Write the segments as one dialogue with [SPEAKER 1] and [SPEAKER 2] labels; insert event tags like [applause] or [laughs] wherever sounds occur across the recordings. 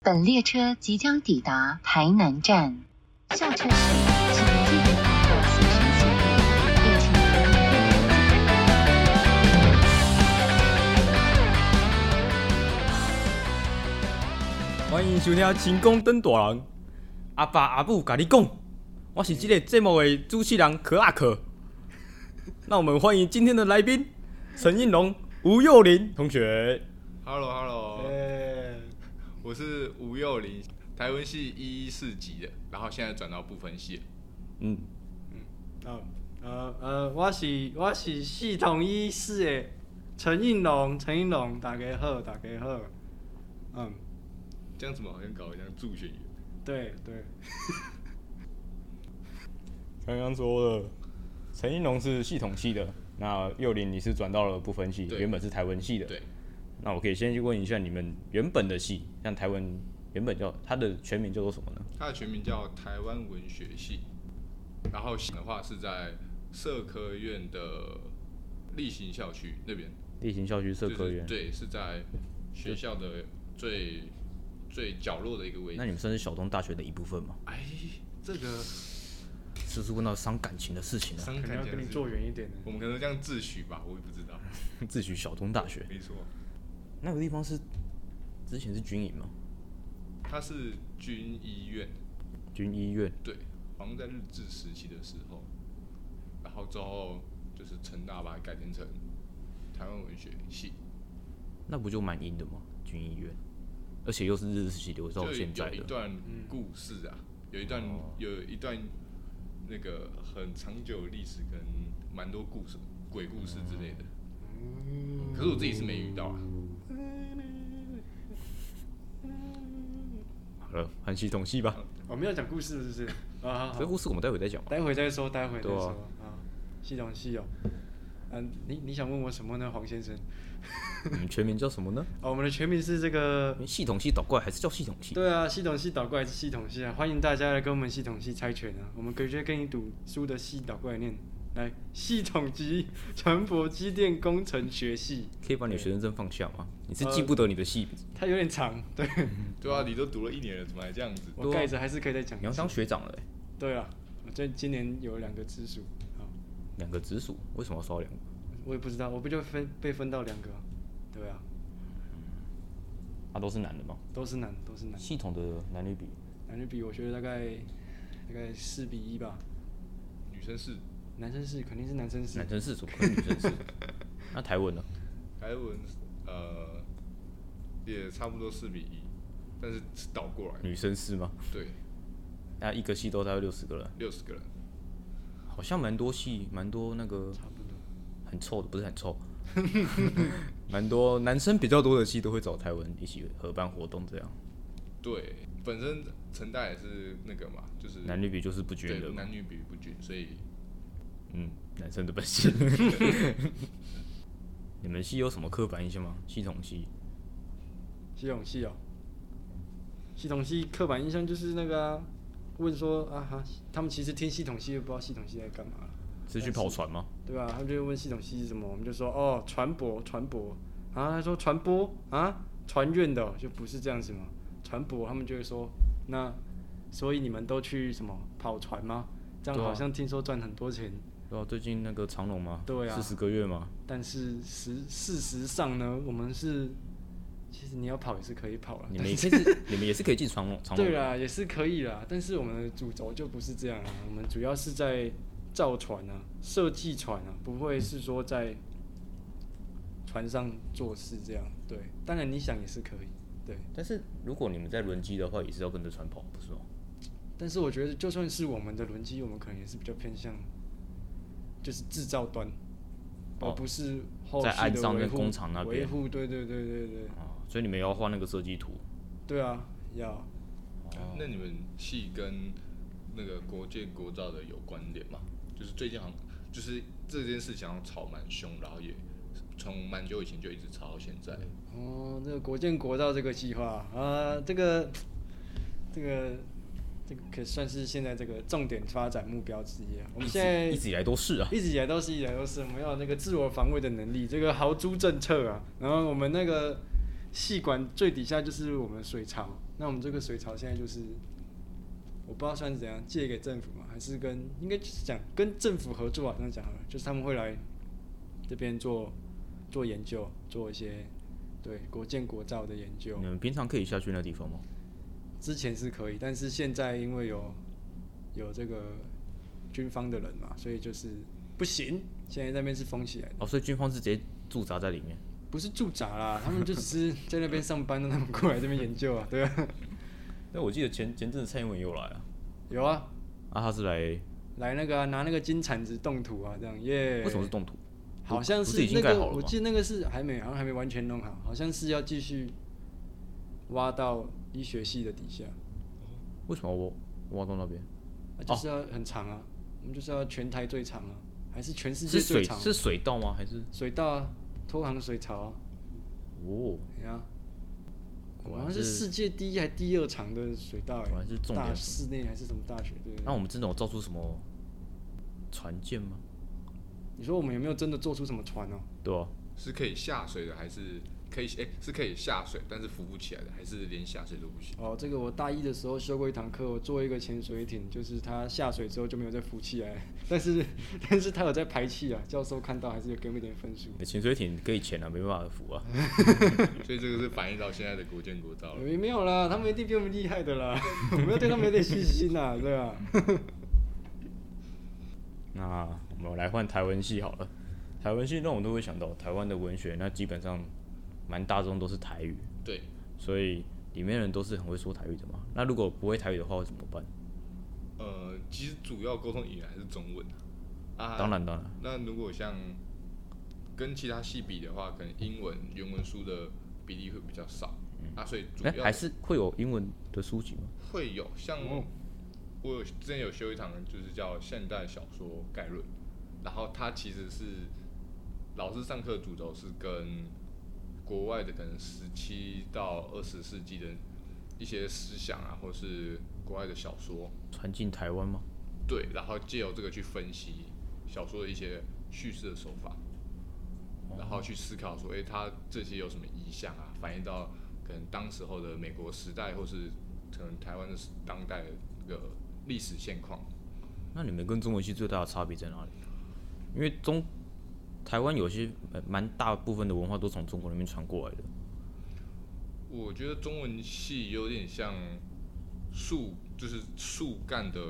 [SPEAKER 1] 本列车即将抵达台南站，下车时请注意把握随身行李，也请留意后门左右。
[SPEAKER 2] 欢迎收听《晴空灯大人》，阿爸阿母甲你讲，我是这个节目的主持人可阿可。那我们欢迎今天的来宾陈应龙、吴幼林同学。
[SPEAKER 3] Hello Hello，、我是吴幼林，台文系一一四级的，然后现在转到部分系了。
[SPEAKER 2] 嗯，
[SPEAKER 4] 呃呃呃，我是我是系统医师的陈应龙，陈应龙，大家好，大家好。嗯，
[SPEAKER 3] 这样怎么好像搞得像助选员？
[SPEAKER 4] 对对，
[SPEAKER 2] 刚刚说了，陈应龙是系统系的，那幼林你是转到了不分系，
[SPEAKER 3] 对
[SPEAKER 2] 原本是台文系的。
[SPEAKER 3] 对，
[SPEAKER 2] 那我可以先去问一下你们原本的系，像台文原本叫它的全名叫做什么呢？
[SPEAKER 3] 他的全名叫台湾文学系，然后系的话是在社科院的例行校区那边。
[SPEAKER 2] 例行校区社科院。
[SPEAKER 3] 就是对，是在学校的最最角落的一个位
[SPEAKER 2] 那
[SPEAKER 3] 置。
[SPEAKER 2] 你们算是小东大学的一部分吗？
[SPEAKER 3] 哎，这个
[SPEAKER 2] 是不是问到伤感情的事情了？
[SPEAKER 3] 伤
[SPEAKER 4] 可能
[SPEAKER 3] 感
[SPEAKER 4] 要
[SPEAKER 3] 这样
[SPEAKER 4] 跟你
[SPEAKER 3] 子
[SPEAKER 4] 坐远一点的。
[SPEAKER 3] 我们可能这样自诩吧，我也不知道。
[SPEAKER 2] 自诩小东大学。
[SPEAKER 3] 没错，
[SPEAKER 2] 那个地方是之前是军营吗？
[SPEAKER 3] 他是军医院。
[SPEAKER 2] 军医院。
[SPEAKER 3] 对，好像在日治时期的时候，然后之后就是成大把它改编成台湾文学系，
[SPEAKER 2] 那不就蛮阴的吗？军医院，而且又是日治时期留
[SPEAKER 3] 就
[SPEAKER 2] 到现在
[SPEAKER 3] 有一
[SPEAKER 2] 的，哦
[SPEAKER 3] 段故事啊，有一段有一段那个很长久的历史跟蛮多故事，鬼故事之类的。
[SPEAKER 2] 嗯
[SPEAKER 3] 可是我自己是没遇到啊，
[SPEAKER 2] 好了，很系统系吧。
[SPEAKER 3] 嗯
[SPEAKER 4] 我们要哦讲故事是不是？啊，好
[SPEAKER 2] 这个
[SPEAKER 4] 好
[SPEAKER 2] 故事我们待会再讲吧。
[SPEAKER 4] 待会再说，待会再
[SPEAKER 2] 对啊
[SPEAKER 4] 说啊。系统系哦，嗯、你你想问我什么呢，黄先生？
[SPEAKER 2] [laughs] 你们全名叫什么呢？
[SPEAKER 4] 哦，我们的全名是这个
[SPEAKER 2] 你，们系统系倒怪还是叫系统系？
[SPEAKER 4] 对啊，系统系倒过来是系统系啊，欢迎大家来跟我们系统系猜拳啊，我们可以去跟你赌输的系倒过来念，来系统级船舶机电工程学系，
[SPEAKER 2] 可以把你的学生证放下吗？你
[SPEAKER 3] 呃
[SPEAKER 2] 是记不得你的系，
[SPEAKER 4] 它有点长，对
[SPEAKER 3] 对啊，你都读了一年了，怎么还这样子？
[SPEAKER 2] 啊
[SPEAKER 4] 我盖着还是可以再讲
[SPEAKER 2] 你。要当学长了、欸，
[SPEAKER 4] 对啊，我这今年有两个直属，好，
[SPEAKER 2] 两个直属为什么要烧两个？
[SPEAKER 4] 我也不知道，我不就分被分到两个啊，对啊，
[SPEAKER 2] 啊，都是男的吗？
[SPEAKER 4] 都是男，都是男，
[SPEAKER 2] 系统的男女比
[SPEAKER 4] 男女比我觉得大概大概四比一吧，
[SPEAKER 3] 女生是
[SPEAKER 4] 男生是肯定是男生是
[SPEAKER 2] 男生是什么？可是女生
[SPEAKER 3] [laughs]
[SPEAKER 2] 是？那台文呢？
[SPEAKER 3] 台文，呃，也差不多四比一，但是是倒过来，
[SPEAKER 2] 女生是吗？
[SPEAKER 3] 对，
[SPEAKER 2] 那一个系都大概六十个人，
[SPEAKER 3] 六十个人。
[SPEAKER 2] 好像蛮多系，蛮多那个
[SPEAKER 4] 差不多。
[SPEAKER 2] 很臭的，不是很臭， [laughs] 蛮多男生比较多的系都会找台湾一起合办活动，这样
[SPEAKER 3] 对，本身成大也是那个嘛，就是
[SPEAKER 2] 男女比就是不均
[SPEAKER 3] 对
[SPEAKER 2] 的嘛，
[SPEAKER 3] 男女比不均，所以
[SPEAKER 2] 嗯，男生的本性。 [laughs] 你们系有什么刻板印象吗？系统系
[SPEAKER 4] 系统系哦，系统系刻板印象就是那个、啊、问说啊哈，他们其实听系统系又不知道系统系在干嘛，
[SPEAKER 2] 是去跑船吗？
[SPEAKER 4] 对吧、他们就会问系统系是什么，我们就说哦船舶船舶啊，他说传播啊船院的哦、就不是这样子嘛，船舶他们就会说那所以你们都去什么跑船吗？这样
[SPEAKER 2] 对啊
[SPEAKER 4] 好像听说赚很多钱，
[SPEAKER 2] 对啊，最近那个长隆吗？
[SPEAKER 4] 对啊
[SPEAKER 2] 四十个月
[SPEAKER 4] [laughs]
[SPEAKER 2] 吗？
[SPEAKER 4] 但是实事实上呢，我们是其实你要跑也是可以跑了，
[SPEAKER 2] 你们也可以是，你们也是可以进长隆，长隆
[SPEAKER 4] 对啊
[SPEAKER 2] 的
[SPEAKER 4] 啦，也是可以啦，但是我们的主轴就不是这样啊，我们主要是在造船啊、设计船啊，不会是说在船上做事这样。对，当然你想也是可以，对。
[SPEAKER 2] 但是如果你们在轮机的话，也是要跟着船跑，不是吗？
[SPEAKER 4] 但是我觉得，就算是我们的轮机，我们可能也是比较偏向就是制造端，
[SPEAKER 2] 哦
[SPEAKER 4] 而不是后
[SPEAKER 2] 在
[SPEAKER 4] 续
[SPEAKER 2] 岸
[SPEAKER 4] 的
[SPEAKER 2] 上
[SPEAKER 4] 维
[SPEAKER 2] 跟
[SPEAKER 4] 护
[SPEAKER 2] 工厂那边
[SPEAKER 4] 维护，对对对对对
[SPEAKER 2] 啊，所以你们也要画那个设计图。
[SPEAKER 4] 对啊，要
[SPEAKER 2] 哦
[SPEAKER 3] 那你们系跟那个国建国造的有关联吗？就是最近好像就是这件事情好像吵蛮凶，然后也从蛮久以前就一直吵到现在。
[SPEAKER 4] 哦，这个国建国造这个计划啊、这个这个这个可算是现在这个重点发展目标之一啊。我们
[SPEAKER 2] 一直
[SPEAKER 4] 现在
[SPEAKER 2] 一直以来都是啊，
[SPEAKER 4] 一直以来都是，一直以来都是，我们要有那个自我防卫的能力，这个豪猪政策啊，然后我们那个细管最底下就是我们的水槽，那我们这个水槽现在就是，我不知道算是怎样借给政府嘛，还是跟应该就是讲跟政府合作啊，这样讲好了，就是他们会来这边做做研究，做一些对国建国造的研究。
[SPEAKER 2] 你们平常可以下去那地方吗？
[SPEAKER 4] 之前是可以，但是现在因为有有这个军方的人嘛，所以就是不行。现在那边是封起来的，
[SPEAKER 2] 哦，所以军方是直接驻扎在里面。
[SPEAKER 4] 不是驻扎啦，他们就
[SPEAKER 2] [laughs]
[SPEAKER 4] 只是在那边上班，让他们过来这边研究啊，对吧、
[SPEAKER 2] 但我记得前前阵子蔡英文也有来啊，
[SPEAKER 4] 有啊，
[SPEAKER 2] 啊，他是来，
[SPEAKER 4] 来那个啊、拿那个金铲子动土啊，这样耶。
[SPEAKER 2] 为什么是动土？
[SPEAKER 4] 好像
[SPEAKER 2] 不是
[SPEAKER 4] 是
[SPEAKER 2] 已经
[SPEAKER 4] 那
[SPEAKER 2] 盖
[SPEAKER 4] 个，
[SPEAKER 2] 好了吗
[SPEAKER 4] 我记得那个是还没，好像还没完全弄好，好像是要继续挖到医学系的底下，
[SPEAKER 2] 为什么我我挖到那边？
[SPEAKER 4] 啊就是要很长啊，我们就是要全台最长啊，还是全世界
[SPEAKER 2] 是
[SPEAKER 4] 最
[SPEAKER 2] 水
[SPEAKER 4] 长啊？
[SPEAKER 2] 是水道吗？还是
[SPEAKER 4] 水稻啊，拖航水槽啊，
[SPEAKER 2] 哦，
[SPEAKER 4] 哎呀、
[SPEAKER 2] 果
[SPEAKER 4] 好
[SPEAKER 2] 然
[SPEAKER 4] 像是
[SPEAKER 2] 是
[SPEAKER 4] 世界第一还第二长的水稻哎、
[SPEAKER 2] 果然是重点
[SPEAKER 4] 大室内还是什么大学？对不对？
[SPEAKER 2] 那我们真的有造出什么船舰吗？
[SPEAKER 4] 你说我们有没有真的做出什么船哦、
[SPEAKER 2] 对啊，
[SPEAKER 3] 是可以下水的，还是可以？哎、是可以下水，但是浮不起来的，还是连下水都不行？
[SPEAKER 4] 哦，这个我大一的时候修过一堂课，我做一个潜水艇，就是它下水之后就没有再浮起来， [laughs] 但是但是它有在排气啊，教授看到还是有给我们一点分数
[SPEAKER 2] 你。的哎潜水艇可以潜啊，没办法浮啊。
[SPEAKER 3] 所以这个是反映到现在的国建国造了。
[SPEAKER 4] 没没有啦，他们一定比我们厉害的啦， [laughs] 我们要对他们有点信心啦， [laughs] 对吧、
[SPEAKER 2] [laughs] 那我们来换台文系好了。台文系让我都会想到台湾的文学，那基本上蛮大众都是台语，
[SPEAKER 3] 对，
[SPEAKER 2] 所以里面人都是很会说台语的嘛。那如果不会台语的话，会怎么办？
[SPEAKER 3] 呃，其实主要沟通语言还是中文啊。啊
[SPEAKER 2] 当。然当然，
[SPEAKER 3] 那如果像跟其他系比的话，可能英文原文书的比例会比较少。啊，所以主
[SPEAKER 2] 哎、
[SPEAKER 3] 要
[SPEAKER 2] 还是会有英文的书籍吗？
[SPEAKER 3] 会有像
[SPEAKER 4] 哦
[SPEAKER 3] 我有之前有修一堂，就是叫现代小说概论，然后它其实是老师上课主轴是跟国外的可能十七到二十世纪的一些思想啊，或是国外的小说，
[SPEAKER 2] 传进台湾吗？
[SPEAKER 3] 对，然后借由这个去分析小说的一些叙事的手法，
[SPEAKER 2] 哦
[SPEAKER 3] 然后去思考说，诶，它这些有什么意象啊，反映到可能当时候的美国时代，或是可能台湾的当代的这个历史现况。
[SPEAKER 2] 那你们跟中文系最大的差别在哪里？因为中台湾有些呃蛮大部分的文化都从中国那边传过来的，
[SPEAKER 3] 我觉得中文系有点像树，就是树干的，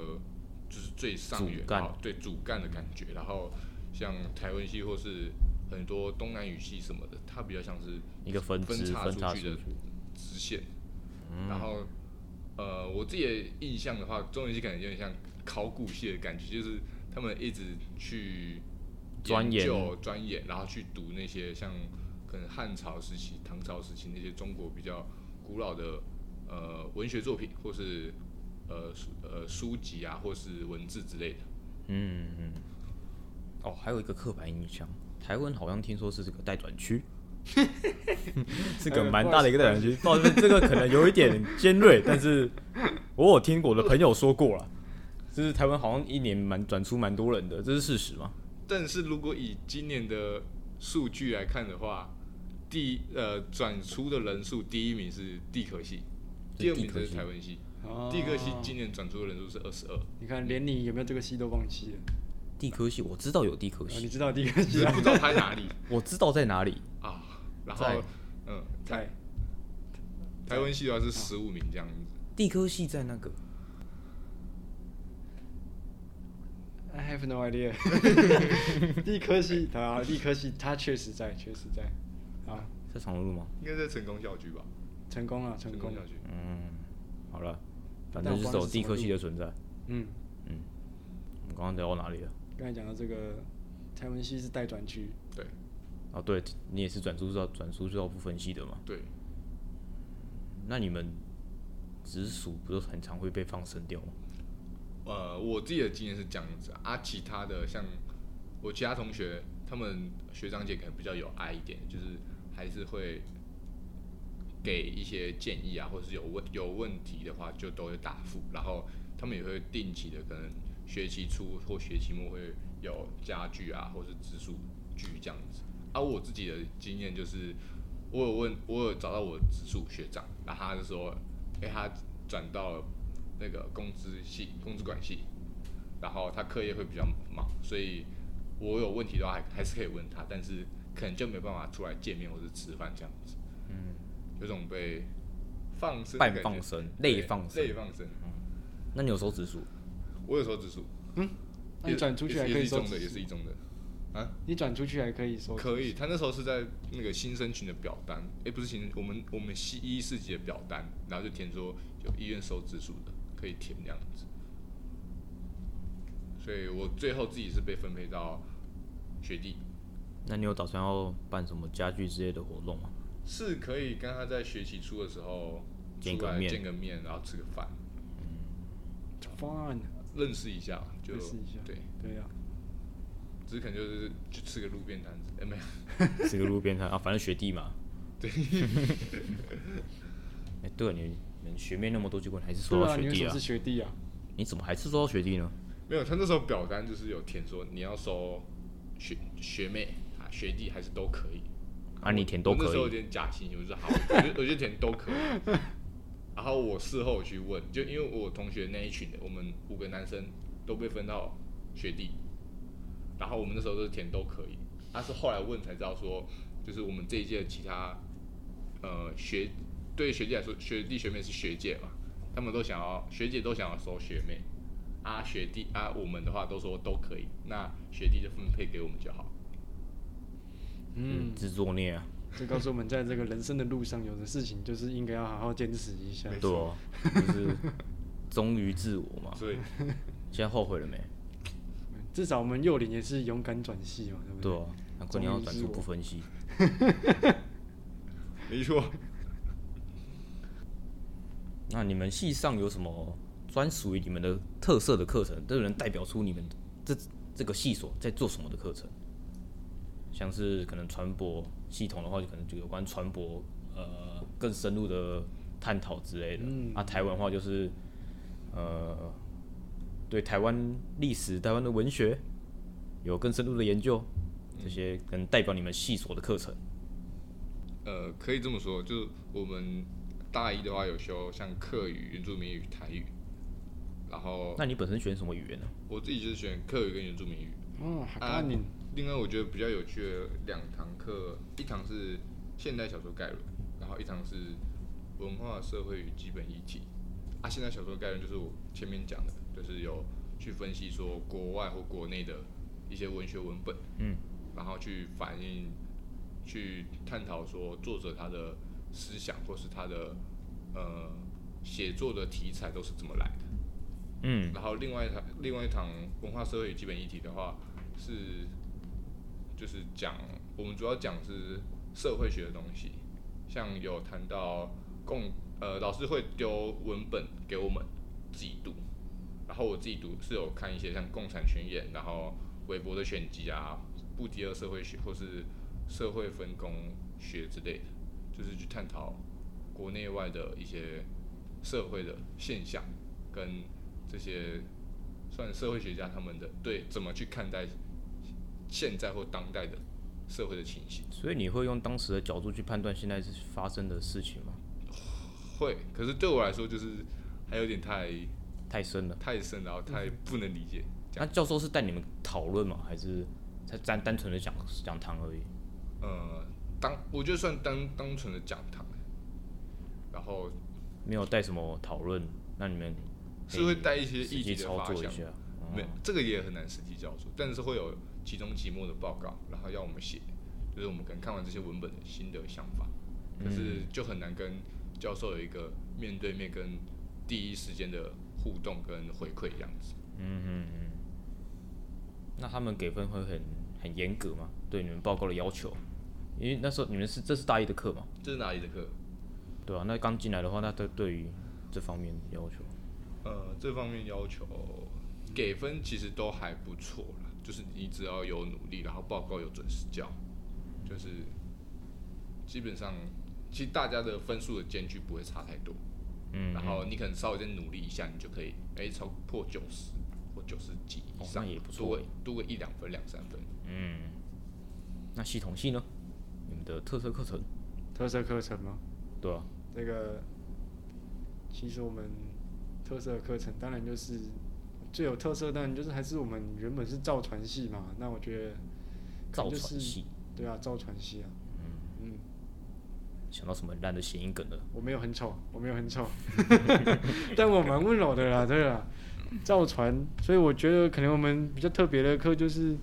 [SPEAKER 3] 就是最上缘
[SPEAKER 2] 主，干
[SPEAKER 3] 然后对主干的感觉。然后像台湾系或是很多东南语系什么的，它比较像是
[SPEAKER 2] 一个分
[SPEAKER 3] 分
[SPEAKER 2] 支
[SPEAKER 3] 叉
[SPEAKER 2] 分叉
[SPEAKER 3] 出
[SPEAKER 2] 出
[SPEAKER 3] 去的
[SPEAKER 2] 去。
[SPEAKER 3] 支线。然后，呃，我自己的印象的话，中文系感觉有点像考古系的感觉，就是他们一直去
[SPEAKER 2] 钻研
[SPEAKER 3] 研究、钻研，然后去读那些像可能汉朝时期、唐朝时期那些中国比较古老的呃文学作品，或是呃书呃书籍啊，或是文字之类的。
[SPEAKER 2] 嗯嗯。嗯哦，还有一个刻板印象，台湾好像听说是这个待转 [laughs] 区，是个蛮大的一个待转区。抱歉，这个可能有一点尖锐， [laughs] 但是我有听我的朋友说过了，就是台湾好像一年蛮转出蛮多人的，这是事实吗？
[SPEAKER 3] 但是如果以今年的数据来看的话，第呃转出的人数第一名是地科系，
[SPEAKER 2] 是
[SPEAKER 3] 第二名
[SPEAKER 2] 地科
[SPEAKER 3] 是
[SPEAKER 2] 系
[SPEAKER 3] 台湾系。
[SPEAKER 4] 哦
[SPEAKER 3] 地科系今年转出的人数是二十 [laughs] 二，
[SPEAKER 4] 你看连你有没有这个戏都忘记了，
[SPEAKER 2] 地科系我知道有地科
[SPEAKER 4] 哦、你
[SPEAKER 2] 系，
[SPEAKER 4] 知道地科
[SPEAKER 3] 只
[SPEAKER 4] 系
[SPEAKER 3] 是
[SPEAKER 4] 啊 [laughs]
[SPEAKER 3] 不知道他哪里
[SPEAKER 2] 我知道在哪里。
[SPEAKER 3] 啊。然后
[SPEAKER 2] 在，
[SPEAKER 3] 嗯，台
[SPEAKER 4] 在
[SPEAKER 3] 台湾系的话是十五名这样子。
[SPEAKER 2] 地科系在那个
[SPEAKER 4] I have no
[SPEAKER 3] [laughs]
[SPEAKER 4] idea 。地科系，啊他地科系，他确实在，确实在，啊，
[SPEAKER 2] 在长荣路吗？
[SPEAKER 3] 应该在成功校区吧？
[SPEAKER 4] 成功了，成
[SPEAKER 3] 成
[SPEAKER 4] 功
[SPEAKER 3] 功校区，
[SPEAKER 2] 嗯，好了，反
[SPEAKER 4] 但
[SPEAKER 2] 正
[SPEAKER 4] 我不
[SPEAKER 2] 就
[SPEAKER 4] 知
[SPEAKER 2] 是
[SPEAKER 4] 道
[SPEAKER 2] 有
[SPEAKER 4] 是
[SPEAKER 2] 地
[SPEAKER 4] 什么
[SPEAKER 2] 科系
[SPEAKER 4] 路
[SPEAKER 2] 的存在。
[SPEAKER 4] 嗯，
[SPEAKER 2] 嗯，我们刚刚聊到哪里了？
[SPEAKER 4] 刚才讲到这个，台湾系是待转区，
[SPEAKER 3] 对
[SPEAKER 2] 哦，对你也是转出到转出到部分系的嘛？
[SPEAKER 3] 对，
[SPEAKER 2] 那你们直属不是很常会被放生掉吗？
[SPEAKER 3] 呃，我自己的经验是这样子啊，其他的像我其他同学，他们学长姐可能比较有爱一点，就是还是会给一些建议啊，或者是有问有问题的话就都会答复，然后他们也会定期的可能学期初或学期末会啊有家具啊，或是植树具这样子。而、我自己的经验就是，我有问，我有找到我直属学长，然后他就说，哎、他转到了那个工资系、工资管系，然后他课业会比较忙，所以我有问题的话还还是可以问他，但是可能就没办法出来见面或者吃饭这样子，
[SPEAKER 2] 嗯，
[SPEAKER 3] 有种被放生的
[SPEAKER 2] 半
[SPEAKER 3] 感觉
[SPEAKER 2] 放生
[SPEAKER 3] 对
[SPEAKER 2] 类放生
[SPEAKER 3] 类放生。
[SPEAKER 2] 那你有手指数？
[SPEAKER 3] 我有时候直属，
[SPEAKER 4] 那你转出去还可以
[SPEAKER 3] 也是
[SPEAKER 4] 收
[SPEAKER 3] 一中的，
[SPEAKER 4] 指
[SPEAKER 3] 也是一中的。
[SPEAKER 4] 你转出去还可以收
[SPEAKER 3] 可以，他那时候是在那个新生群的表单，哎、不是新生，我们我们西医四级的表单，然后就填说有医院收直属的，可以填这样子。所以我最后自己是被分配到学弟，
[SPEAKER 2] 那你有打算要办什么家具之类的活动吗？ [laughs]
[SPEAKER 3] 是可以跟他在学期初的时候
[SPEAKER 2] 见
[SPEAKER 3] 出
[SPEAKER 2] 个
[SPEAKER 3] 来
[SPEAKER 2] 面
[SPEAKER 3] 见个面，然后吃个饭，
[SPEAKER 4] fun，
[SPEAKER 3] 认识一下，就
[SPEAKER 4] 认识一下
[SPEAKER 3] 对，
[SPEAKER 4] 对呀、
[SPEAKER 3] 只是可能就是去吃个路边摊子，哎、没有，
[SPEAKER 2] 是个路边摊啊，反正学弟
[SPEAKER 4] [laughs]
[SPEAKER 2] 嘛。对。哎、对了，你们学妹那么多，结果你还是说
[SPEAKER 4] 对
[SPEAKER 2] 到
[SPEAKER 4] 啊，你
[SPEAKER 2] 学
[SPEAKER 4] 为
[SPEAKER 2] 弟
[SPEAKER 4] 什
[SPEAKER 2] 啊
[SPEAKER 4] 么是？学弟啊？
[SPEAKER 2] 你怎么还是说到学弟呢？
[SPEAKER 3] 没有，他那时候表单就是有填说你要收学学妹啊、学弟还是都可以。
[SPEAKER 2] 啊，你填都
[SPEAKER 3] 我那
[SPEAKER 2] 可
[SPEAKER 3] 时候有
[SPEAKER 2] 以。
[SPEAKER 3] 点假惺惺，我就说好，我就我就填都可以。然后我事后去问，就因为我同学那一群的，我们五个男生都被分到学弟，然后我们那时候都是填都可以。他、是后来问才知道说，就是我们这一届的其他呃学对于学弟来说，学弟学妹是学姐嘛，他们都想要学姐都想要收学妹，啊学弟啊我们的话都说都可以，那学弟就分配给我们就好。
[SPEAKER 4] 嗯，
[SPEAKER 2] 自作孽啊，
[SPEAKER 4] 这告诉我们在这个人生的路上，有的事情就是应该要好好坚持一下。
[SPEAKER 2] 对哦，就是忠于自我嘛。
[SPEAKER 3] 所以
[SPEAKER 2] 现在后悔了没？
[SPEAKER 4] 至少我们幼林也是勇敢转系嘛，对不
[SPEAKER 2] 对啊，难怪你要转
[SPEAKER 4] 忠
[SPEAKER 2] 出
[SPEAKER 4] 于自我
[SPEAKER 2] 不分析。
[SPEAKER 3] 没错，
[SPEAKER 2] 那你们系上有什么专属于你们的特色的课程？都能代表出你们这这个系所在做什么的课程？像是可能传播系统的话，就可能就有关传播呃更深入的探讨之类的。
[SPEAKER 4] 嗯
[SPEAKER 2] 啊，台湾话就是呃对台湾历史、台湾的文学有更深入的研究，这些可能代表你们系所的课程。
[SPEAKER 3] 呃，可以这么说，就是我们大一的话有修像客语、原住民语、台语，然后
[SPEAKER 2] 那你本身选什么语言呢、
[SPEAKER 3] 我自己就是选客语跟原住民语。
[SPEAKER 4] 对？哦，哈
[SPEAKER 3] 啊
[SPEAKER 4] 卡宁，
[SPEAKER 3] 另外我觉得比较有趣的两堂课，一堂是现代小说概论，然后一堂是文化社会与基本议题。啊，现代小说概论就是我前面讲的，就是有去分析说国外或国内的一些文学文本，
[SPEAKER 2] 嗯，
[SPEAKER 3] 然后去反映、去探讨说作者他的思想或是他的呃写作的题材都是怎么来的。
[SPEAKER 2] 嗯，
[SPEAKER 3] 然后另外一堂另外一堂文化社会与基本议题的话是，就是讲我们主要讲是社会学的东西，像有谈到共呃老师会丢文本给我们自己读，然后我自己读是有看一些像《共产宣言》，然后韦伯的选集啊、布迪厄社会学或是社会分工学之类的，就是去探讨国内外的一些社会的现象跟这些算社会学家他们的对怎么去看待现在或当代的社会的情形。
[SPEAKER 2] 所以你会用当时的角度去判断现在是发生的事情吗？
[SPEAKER 3] 会，可是对我来说就是还有点太
[SPEAKER 2] 太深了。
[SPEAKER 3] 太深，然后太不能理解。这
[SPEAKER 2] 那
[SPEAKER 3] 样，
[SPEAKER 2] 教授是带你们讨论吗？还是才单单纯的讲讲堂而已？
[SPEAKER 3] 呃，当我就算单单纯的讲堂，然后
[SPEAKER 2] 没有带什么讨论？那你们
[SPEAKER 3] 是会带一些
[SPEAKER 2] 实
[SPEAKER 3] 议
[SPEAKER 2] 际
[SPEAKER 3] 题的
[SPEAKER 2] 操
[SPEAKER 3] 发
[SPEAKER 2] 作一
[SPEAKER 3] 想，嗯
[SPEAKER 2] 下？
[SPEAKER 3] 没
[SPEAKER 2] 哦，
[SPEAKER 3] 这个也很难实际教授，但是会有期中、期末的报告，然后要我们写，就是我们可能看完这些文本的心得想法，可是就很难跟教授有一个面对面跟第一时间的互动跟回馈这样子。
[SPEAKER 2] 嗯嗯嗯。那他们给分会很很严格吗？对你们报告的要求？因为那时候你们是这是大一的课嘛，
[SPEAKER 3] 这是哪里的课？
[SPEAKER 2] 对啊吧、那刚进来的话，那对对于这方面的要求，
[SPEAKER 3] 呃，这方面要求嗯给分其实都还不错啦，就是你只要有努力，然后报告有准时交，就是基本上其实大家的分数的间距不会差太多。
[SPEAKER 2] 嗯，
[SPEAKER 3] 然后你可能稍微再努力一下，你就可以哎、超破九十或九十几以
[SPEAKER 2] 哦
[SPEAKER 3] 上，
[SPEAKER 2] 那也不错
[SPEAKER 3] 多个
[SPEAKER 2] 哎
[SPEAKER 3] 多个一两分两三分。
[SPEAKER 2] 嗯，那系统系呢？你们的特色课程？
[SPEAKER 4] 特色课程吗？
[SPEAKER 2] 对啊，
[SPEAKER 4] 那个，其实我们特色的课程当然就是最有特色，当然就是还是我们原本是造船系嘛。那我觉得
[SPEAKER 2] 造
[SPEAKER 4] 就
[SPEAKER 2] 船
[SPEAKER 4] 是
[SPEAKER 2] 系，
[SPEAKER 4] 对啊，造船系啊，嗯，
[SPEAKER 2] 想到什么烂的谐音梗了？
[SPEAKER 4] 我没有很丑，我没有很丑， [laughs] 但我蛮温柔的啦，对啦，造船，所以我觉得可能我们比较特别的课就是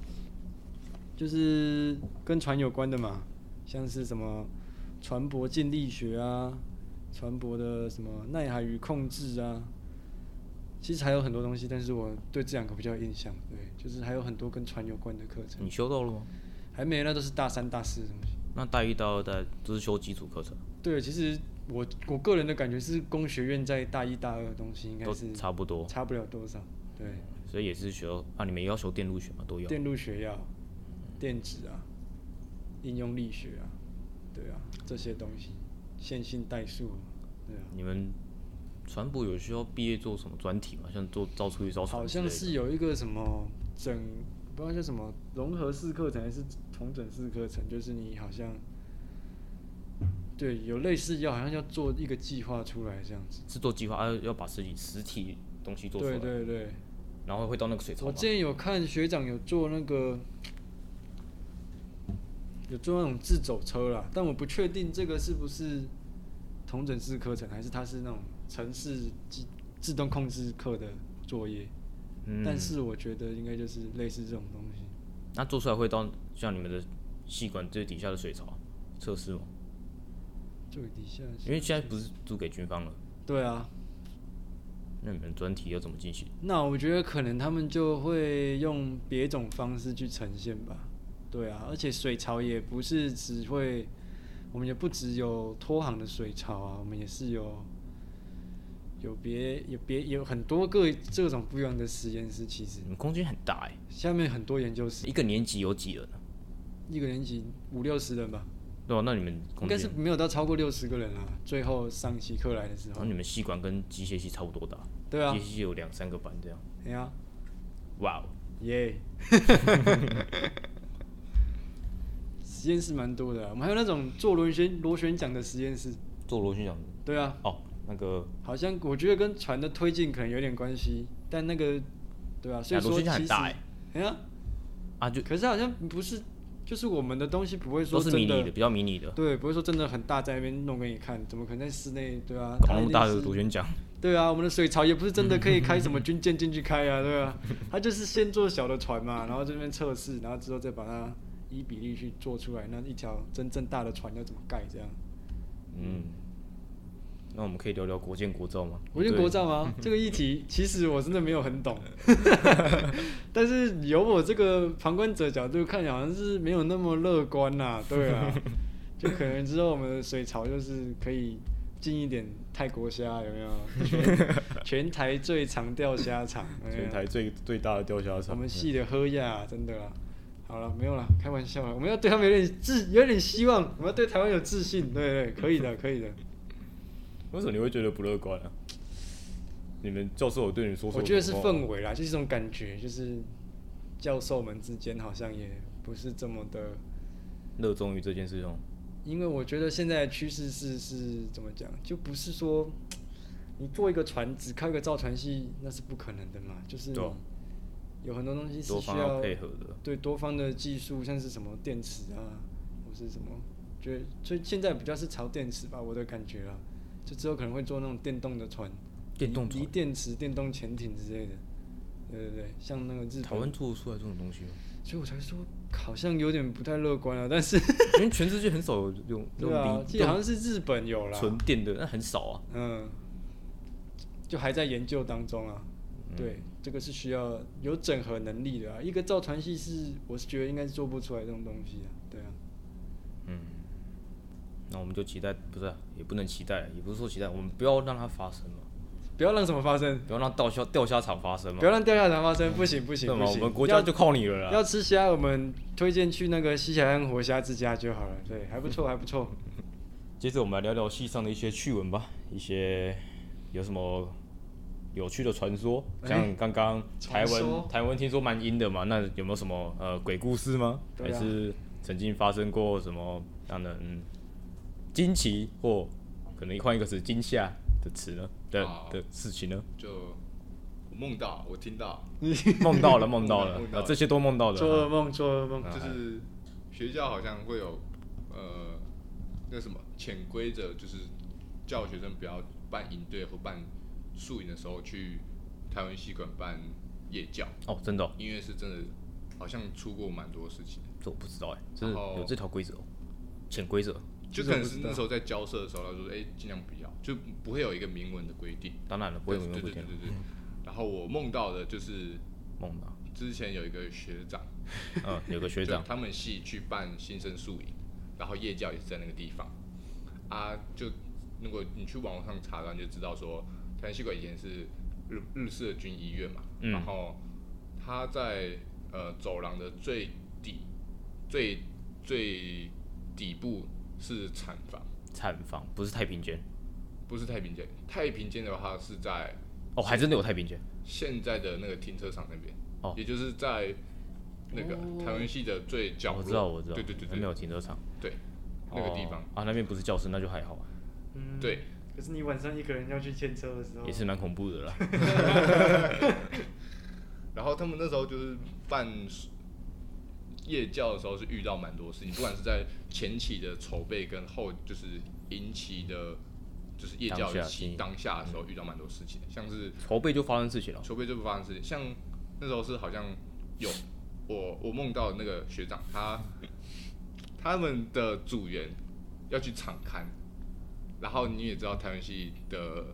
[SPEAKER 4] 就是跟船有关的嘛，像是什么船舶静力学啊，船舶的什么耐海与控制啊，其实还有很多东西，但是我对这两个比较有印象，对，就是还有很多跟船有关的课程，
[SPEAKER 2] 你修到了吗？
[SPEAKER 4] 还没那都是大三大四的东西。
[SPEAKER 2] 那大一、大二、大都是修基础课程，
[SPEAKER 4] 对，其实我我个人的感觉是，工学院在大一大二的东西应该
[SPEAKER 2] 都
[SPEAKER 4] 是
[SPEAKER 2] 差不多，
[SPEAKER 4] 差不了多少。对，
[SPEAKER 2] 所以也是学啊，你们也要修电路学嘛，都要。
[SPEAKER 4] 电路学要、电子啊、应用力学啊，对啊，这些东西，线性代数，对啊，
[SPEAKER 2] 你们传播有需要毕业做什么专题吗？像做造出一艘船
[SPEAKER 4] 好
[SPEAKER 2] 之类
[SPEAKER 4] 像
[SPEAKER 2] 的，
[SPEAKER 4] 是有一个什么整，不知道叫什么融合式课程还是同整式课程，就是你好像。对，有类似要好像要做一个计划出来这样子。
[SPEAKER 2] 是做计划，啊，要把实体实体东西做出来，
[SPEAKER 4] 对对对，
[SPEAKER 2] 然后会到那个水槽
[SPEAKER 4] 我
[SPEAKER 2] 吗？
[SPEAKER 4] 之前有看学长有做那个，有做那种自走车啦，但我不确定这个是不是同整式课程，还是它是那种城市自自动控制课的作业。
[SPEAKER 2] 嗯
[SPEAKER 4] 但是我觉得应该就是类似这种东西，
[SPEAKER 2] 那做出来会到像你们的细管最底下的水槽测试吗？
[SPEAKER 4] 最底下是。
[SPEAKER 2] 因为现在不是租给军方了，
[SPEAKER 4] 对啊，
[SPEAKER 2] 那你们专题要怎么进行？
[SPEAKER 4] 那我觉得可能他们就会用别种方式去呈现吧。对啊，而且水槽也不是只会，我们也不只有拖航的水槽啊，我们也是有有别有别有很多个这种不一样的实验室。其实
[SPEAKER 2] 你们空间很大哎、
[SPEAKER 4] 下面很多研究室，
[SPEAKER 2] 一个年级有几人啊？
[SPEAKER 4] 一个年级五六十人吧，
[SPEAKER 2] 对啊，那你们
[SPEAKER 4] 应
[SPEAKER 2] 空
[SPEAKER 4] 该
[SPEAKER 2] 间
[SPEAKER 4] 是没有到超过六十个人啊。最后上一期课来的时
[SPEAKER 2] 然
[SPEAKER 4] 候
[SPEAKER 2] 后，你们细管跟机械系差不多大，
[SPEAKER 4] 对啊
[SPEAKER 2] 机械，系有两三个班这样，
[SPEAKER 4] 哎呀、
[SPEAKER 2] 哇、哦，
[SPEAKER 4] [laughs] 耶、实验室蛮多的啊、我们还有那种做螺旋螺旋桨的实验室。
[SPEAKER 2] 做螺旋桨
[SPEAKER 4] 对啊，
[SPEAKER 2] 哦，那个
[SPEAKER 4] 好像我觉得跟船的推进可能有点关系，但那个对啊，所以
[SPEAKER 2] 哎螺旋
[SPEAKER 4] 说其
[SPEAKER 2] 桨很
[SPEAKER 4] 实
[SPEAKER 2] 大哎、
[SPEAKER 4] 哎呀，
[SPEAKER 2] 啊就
[SPEAKER 4] 可是好像不是，就是我们的东西不会
[SPEAKER 2] 都
[SPEAKER 4] 说
[SPEAKER 2] 是迷
[SPEAKER 4] 真
[SPEAKER 2] 你的，比较迷你的，
[SPEAKER 4] 对，不会说真的很大，在那边弄给你看，怎么可能在室内？对啊，
[SPEAKER 2] 搞那么大
[SPEAKER 4] 它一
[SPEAKER 2] 的
[SPEAKER 4] 定是
[SPEAKER 2] 螺旋桨，
[SPEAKER 4] 对啊，我们的水槽也不是真的可以开什么军舰进去开啊，对啊，它就是先做小的船嘛，然后这边测试，然后之后再把它依比例去做出来，那一条真正大的船要怎么盖这样？
[SPEAKER 2] 嗯，那我们可以聊聊国建国造吗？
[SPEAKER 4] 我觉得
[SPEAKER 2] 对
[SPEAKER 4] 国造吗？这个议题其实我真的没有很懂，但是由我这个旁观者角度看，好像是没有那么乐观呐、对啊，就可能之后我们的水槽就是可以进一点泰国虾，有没有？全全台最长钓虾场，啊有没有
[SPEAKER 2] 全台最最大的钓虾
[SPEAKER 4] 我
[SPEAKER 2] 场，
[SPEAKER 4] 们系的喝呀、真的啦。好了，没有啦，开玩笑啦。我们要对他们有点自，有点希望，我们要对台湾有自信，对对，可以的，可以的。
[SPEAKER 2] [laughs] 为什么你会觉得不乐观啊？你们教授有对你说什么
[SPEAKER 4] 我觉得是
[SPEAKER 2] 话吗
[SPEAKER 4] 氛围啦，就是一种感觉，就是教授们之间好像也不是这么的，
[SPEAKER 2] 热衷于这件事情。哦
[SPEAKER 4] 因为我觉得现在的趋势是是怎么讲，就不是说你做一个船只开个造船系那是不可能的嘛，就是
[SPEAKER 2] 对啊
[SPEAKER 4] 你有很多东西是
[SPEAKER 2] 多
[SPEAKER 4] 需
[SPEAKER 2] 方要
[SPEAKER 4] 要
[SPEAKER 2] 配合的
[SPEAKER 4] 对多方的技术，像是什么电池啊，或是什么，觉得所以现在比较是朝电池吧，我的感觉啦，啊就之后可能会做那种电动的船，
[SPEAKER 2] 电动船
[SPEAKER 4] 锂电池、电动潜艇之类的，对对对，像那个日
[SPEAKER 2] 台湾
[SPEAKER 4] 本，
[SPEAKER 2] 做得出来这种东西吗？ [laughs]
[SPEAKER 4] 所以我才说好像有点不太乐观啊，但是
[SPEAKER 2] 因为全世界很少有用用
[SPEAKER 4] 对啊，记
[SPEAKER 2] 锂
[SPEAKER 4] 得好像是日本有啦，
[SPEAKER 2] 纯电的，那很少啊。
[SPEAKER 4] 嗯，就还在研究当中啊。
[SPEAKER 2] 嗯
[SPEAKER 4] 对，这个是需要有整合能力的啊。一个造船系是，我是觉得应该是做不出来这种东西啊。对啊，
[SPEAKER 2] 嗯，那我们就期待，不是啊、也不能期待，也不是说期待，我们不要让它发生嘛，
[SPEAKER 4] 不要让什么发生，
[SPEAKER 2] 不要让钓虾钓虾场发生嘛
[SPEAKER 4] 不要。让掉下来发
[SPEAKER 2] 嗯
[SPEAKER 4] 生，不行不
[SPEAKER 2] 对
[SPEAKER 4] 行
[SPEAKER 2] 嘛
[SPEAKER 4] 不
[SPEAKER 2] 我
[SPEAKER 4] 行。
[SPEAKER 2] 们国
[SPEAKER 4] 要
[SPEAKER 2] 家就靠你了啦。
[SPEAKER 4] 要吃虾，我们推荐去那个西海岸活虾之家就好了。对，还不错还不错。
[SPEAKER 2] 接着我们来聊聊戏上的一些趣闻吧，一些有什么有趣的传说，
[SPEAKER 3] 哎
[SPEAKER 2] 像刚刚台
[SPEAKER 4] 传
[SPEAKER 2] 湾、
[SPEAKER 4] 说
[SPEAKER 2] 台湾听说蛮阴的嘛，那有没有什么呃鬼故事吗？
[SPEAKER 4] 对
[SPEAKER 2] 还
[SPEAKER 4] 啊
[SPEAKER 2] 是曾经发生过什么让人嗯惊奇或可能换一个词惊吓的词呢的
[SPEAKER 3] 好
[SPEAKER 2] 的事情呢？
[SPEAKER 3] 就我梦到，我听到，
[SPEAKER 2] 梦
[SPEAKER 3] [laughs]
[SPEAKER 2] 到了，梦到了
[SPEAKER 3] 梦，到
[SPEAKER 2] 啊
[SPEAKER 3] 了，
[SPEAKER 2] 这些都梦到的。
[SPEAKER 4] 做噩梦，做噩梦，
[SPEAKER 2] 嗯
[SPEAKER 3] 就是学校好像会有呃那什么潜规则，就是叫学生不要办营队或办宿营的时候去台湾戏馆办夜教，
[SPEAKER 2] 哦，真的哦，
[SPEAKER 3] 因为是真的好像出过蛮多事情的，
[SPEAKER 2] 这我不知道哎，真的
[SPEAKER 3] 然后
[SPEAKER 2] 有这条规则哦，潜规则。
[SPEAKER 3] 就
[SPEAKER 4] 这
[SPEAKER 3] 可
[SPEAKER 4] 个
[SPEAKER 3] 能
[SPEAKER 4] 不
[SPEAKER 3] 是
[SPEAKER 4] 知
[SPEAKER 3] 那
[SPEAKER 4] 道
[SPEAKER 3] 时候在交涉的时候，他说哎尽量不要，就不会有一个明文的规定，
[SPEAKER 2] 当然了，不会有嗯人
[SPEAKER 3] 对
[SPEAKER 2] 会
[SPEAKER 3] 对对
[SPEAKER 2] 听
[SPEAKER 3] 对对。然后我梦到的就是
[SPEAKER 2] 梦到，
[SPEAKER 3] 之前有一个学长。
[SPEAKER 2] 嗯，有个学长
[SPEAKER 3] 就，他们系去办新生宿营，然后夜教也是在那个地方啊。就如果你去网络上查到，你就知道说，台南戏馆以前是日日式的军医院嘛，
[SPEAKER 2] 嗯
[SPEAKER 3] 然后他在呃走廊的最底最最底部是产房，
[SPEAKER 2] 产房不是太平间，
[SPEAKER 3] 不是太平间。太平间的话是在
[SPEAKER 2] 哦，还真的有太平间，
[SPEAKER 3] 现在的那个停车场那边，
[SPEAKER 2] 哦
[SPEAKER 3] 也就是在那个台湾系的最角落。
[SPEAKER 2] 我知道，我知道，
[SPEAKER 3] 对对对
[SPEAKER 2] 那边
[SPEAKER 3] 对
[SPEAKER 2] 有停车场，
[SPEAKER 3] 对，那个地方
[SPEAKER 2] 哦。啊，那边不是教室，那就还好啊，
[SPEAKER 4] 嗯，
[SPEAKER 3] 对。
[SPEAKER 4] 可是你晚上一个人要去牵车的
[SPEAKER 3] 嗯
[SPEAKER 4] 时候，
[SPEAKER 2] 也是蛮恐怖的
[SPEAKER 3] [laughs]
[SPEAKER 2] 啦。
[SPEAKER 3] 然后他们那时候就是办夜教的时候是遇到蛮多事情，不管是在前期的筹备跟后就是营期的，就是夜教
[SPEAKER 2] 当下
[SPEAKER 3] 期
[SPEAKER 2] 嗯
[SPEAKER 3] 当下的时候遇到蛮多事情的，像是
[SPEAKER 2] 筹备就发生事情了，
[SPEAKER 3] 筹备就不发生事情，像那时候是好像有我我梦到那个学长
[SPEAKER 2] [laughs]
[SPEAKER 3] 他他们的组员要去场刊，然后你也知道台湾系的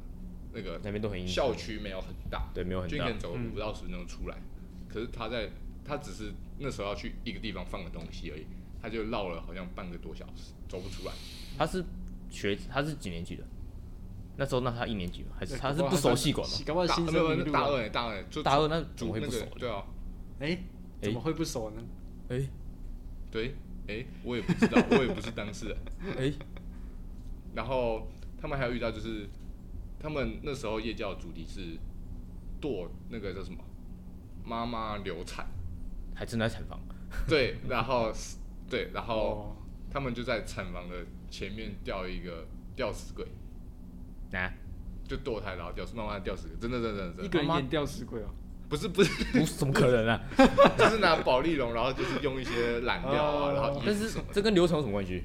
[SPEAKER 3] 那个
[SPEAKER 2] 那边都很阴森
[SPEAKER 3] 校区没有很大，
[SPEAKER 2] 对没有很
[SPEAKER 3] 就你
[SPEAKER 2] 大
[SPEAKER 3] 可能走
[SPEAKER 4] 嗯
[SPEAKER 3] 五到十分钟出来。可是他在他只是那时候要去一个地方放个东西而已，他就绕了好像半个多小时，走不出来。
[SPEAKER 2] 他是学他是几年级的？那时候那他一年级吗？还是
[SPEAKER 4] 对
[SPEAKER 2] 他是
[SPEAKER 3] 搞不好
[SPEAKER 2] 不
[SPEAKER 3] 他
[SPEAKER 2] 熟
[SPEAKER 3] 是
[SPEAKER 2] 悉管吗？
[SPEAKER 4] 搞不好
[SPEAKER 3] 大
[SPEAKER 4] 新
[SPEAKER 3] 没
[SPEAKER 4] 生
[SPEAKER 3] 有
[SPEAKER 4] 迷
[SPEAKER 3] 没有
[SPEAKER 4] 路啊
[SPEAKER 3] 大
[SPEAKER 4] 了。
[SPEAKER 3] 二大二就
[SPEAKER 2] 啊大二那怎么会
[SPEAKER 3] 那
[SPEAKER 2] 不熟
[SPEAKER 3] 个？对啊，
[SPEAKER 4] 哎，怎么
[SPEAKER 2] 哎
[SPEAKER 4] 会不熟呢？
[SPEAKER 2] 哎
[SPEAKER 3] 对，哎、我也不知道，我也不是当
[SPEAKER 2] [laughs]
[SPEAKER 3] 事人。
[SPEAKER 2] 哎，
[SPEAKER 3] 然后他们还有遇到就是，他们那时候夜教的主题是堕那个叫什么妈妈流产，
[SPEAKER 2] 还正在产
[SPEAKER 3] [laughs]
[SPEAKER 2] 房，
[SPEAKER 3] 对，然后对，然后
[SPEAKER 4] 哦，
[SPEAKER 3] 他们就在产房的前面吊一个吊死鬼，
[SPEAKER 2] 那
[SPEAKER 3] 就堕胎然后吊死，慢慢吊死鬼，真的真的真的
[SPEAKER 4] 一
[SPEAKER 3] 真
[SPEAKER 4] 个
[SPEAKER 3] 的，
[SPEAKER 4] 人
[SPEAKER 2] 妈妈
[SPEAKER 4] 演吊死鬼哦，
[SPEAKER 3] 不是不是，
[SPEAKER 2] 不怎么可能啊？
[SPEAKER 3] 就是拿保丽龙，然后就是用一些染料啊，
[SPEAKER 4] 哦
[SPEAKER 3] 然后衣
[SPEAKER 2] 但
[SPEAKER 3] 服
[SPEAKER 2] 是
[SPEAKER 3] 什么的
[SPEAKER 2] 这跟流程有什么关系？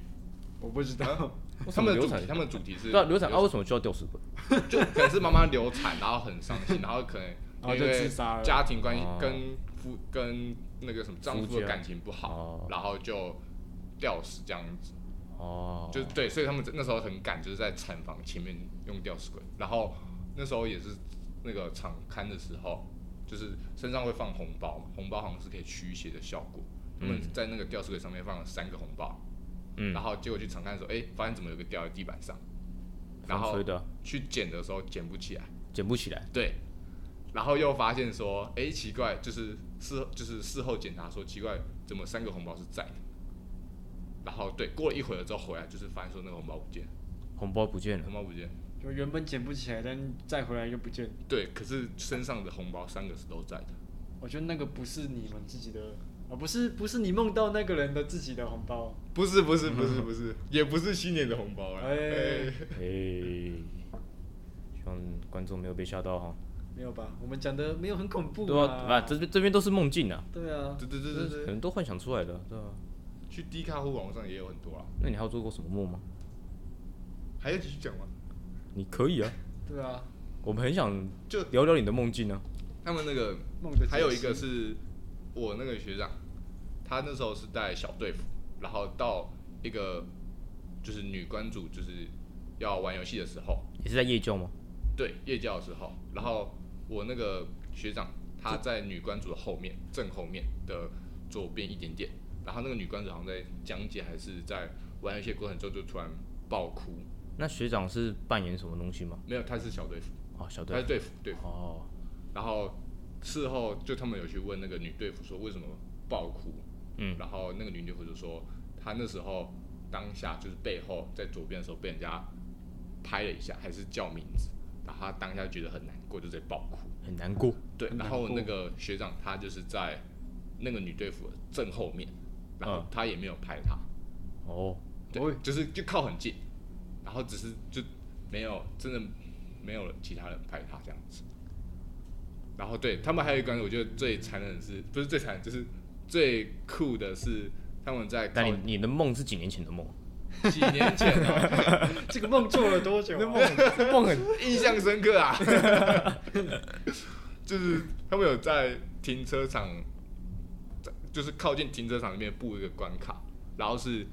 [SPEAKER 4] 我不知道。
[SPEAKER 2] 为什
[SPEAKER 3] 他
[SPEAKER 2] 么
[SPEAKER 3] 们的
[SPEAKER 2] 流
[SPEAKER 3] 主
[SPEAKER 2] 产
[SPEAKER 3] 题，他们的主题是
[SPEAKER 2] 对啊，流产啊，为什么就要吊死鬼？
[SPEAKER 3] 就可能是妈妈流产，然后很伤心，然后可能
[SPEAKER 4] [laughs] 然后
[SPEAKER 3] 因
[SPEAKER 4] 就
[SPEAKER 3] 为
[SPEAKER 4] 自杀了
[SPEAKER 3] 家庭关系
[SPEAKER 2] 哦
[SPEAKER 3] 跟夫跟那个什么丈
[SPEAKER 4] 啊
[SPEAKER 3] 夫的感情不好
[SPEAKER 2] 哦，
[SPEAKER 3] 然后就吊死这样子，
[SPEAKER 2] 哦，
[SPEAKER 3] 就对，所以他们那时候很赶，就是在产房前面用吊死鬼，然后那时候也是那个场刊的时候，就是身上会放红包嘛，红包好像是可以驱邪的效果，他们
[SPEAKER 4] 嗯
[SPEAKER 3] 在那个吊死鬼上面放了三个红包，
[SPEAKER 2] 嗯
[SPEAKER 3] 然，后结果去场刊的时候，哎，发现怎么有个掉在地板上，然
[SPEAKER 2] 风
[SPEAKER 3] 后
[SPEAKER 2] 吹的啊
[SPEAKER 3] 去捡的时候捡不起来。
[SPEAKER 2] 捡不起来，
[SPEAKER 3] 对，然后又发现说，哎、奇怪，就是事就是事后检查说，奇怪，怎么三个红包是在的？然后对，过了一会儿之后回来，就是发现说那个红包不见了，
[SPEAKER 2] 红包不见了
[SPEAKER 3] 红，包不见了。
[SPEAKER 4] 就原本捡不起来，但再回来又不见。
[SPEAKER 3] 对，可是身上的红包三个是都在的。
[SPEAKER 4] 我觉得那个不是你们自己的，啊，不是不是你梦到那个人的自己的红包，
[SPEAKER 3] 不是不是不是不是，也不是新年的红包了。
[SPEAKER 4] 哎
[SPEAKER 3] 哎
[SPEAKER 2] 哎，希望观众没有被吓到哈。
[SPEAKER 4] 没有吧？我们讲的没有很恐怖
[SPEAKER 2] 对啊，啊，这
[SPEAKER 4] 对啊，
[SPEAKER 2] 边这边都是梦境啊，
[SPEAKER 3] 对对对对
[SPEAKER 2] 可
[SPEAKER 3] 对，
[SPEAKER 2] 能都幻想出来的，对啊。
[SPEAKER 3] 去低卡或网络上也有很多啊。
[SPEAKER 2] 那你还有做过什么梦吗？
[SPEAKER 3] 还要继续讲吗？
[SPEAKER 2] 你可以
[SPEAKER 3] [laughs]
[SPEAKER 2] 啊，
[SPEAKER 4] 对啊，
[SPEAKER 2] 我们很想
[SPEAKER 3] 就
[SPEAKER 2] 聊聊你的梦境啊。
[SPEAKER 3] 他们那个
[SPEAKER 4] 梦的解释
[SPEAKER 3] 还有一个是我那个学长，他那时候是带小队服，然后到一个就是女关主就是要玩游戏的时候，
[SPEAKER 2] 也是在夜教吗？
[SPEAKER 3] 对夜教的时候，然后我那个学长他在女关主的后面正后面的左边一点点，然后那个女关主好像在讲解还是在玩游戏的过程中就突然爆哭，
[SPEAKER 2] 那学长是扮演什么东西吗？
[SPEAKER 3] 没有，他是小队服，
[SPEAKER 2] 哦，小队
[SPEAKER 3] 他是队服队服。
[SPEAKER 2] 哦，
[SPEAKER 3] 然后事后就他们有去问那个女队服说为什么爆哭，
[SPEAKER 2] 嗯
[SPEAKER 3] 然后那个女队服就说她那时候当下就是背后在左边的时候被人家拍了一下，还是叫名字，然后她当下觉得很难过，就直接爆哭。
[SPEAKER 2] 很难过，
[SPEAKER 3] 对，
[SPEAKER 4] 很难
[SPEAKER 3] 然
[SPEAKER 4] 过
[SPEAKER 3] 后那个学长他就是在那个女队服的正后面，然后
[SPEAKER 2] 嗯
[SPEAKER 3] 他也没有拍她，
[SPEAKER 2] 哦，
[SPEAKER 3] 对，
[SPEAKER 4] 哦
[SPEAKER 3] 就是就靠很近，然后只是就没有真的没有其他人拍他这样子。然后对他们还有一关，我觉得最残忍的是不是最残忍，就是最酷的是他们在
[SPEAKER 2] 但
[SPEAKER 3] 靠
[SPEAKER 2] 你你的梦是几年前的梦，
[SPEAKER 3] 几年前、
[SPEAKER 2] [laughs]
[SPEAKER 3] 哦，
[SPEAKER 4] [laughs] 这个梦做了多久、啊？
[SPEAKER 5] 梦很
[SPEAKER 3] 印象深刻啊， [laughs] 就是他们有在停车场，在就是靠近停车场里面布一个关卡，然后是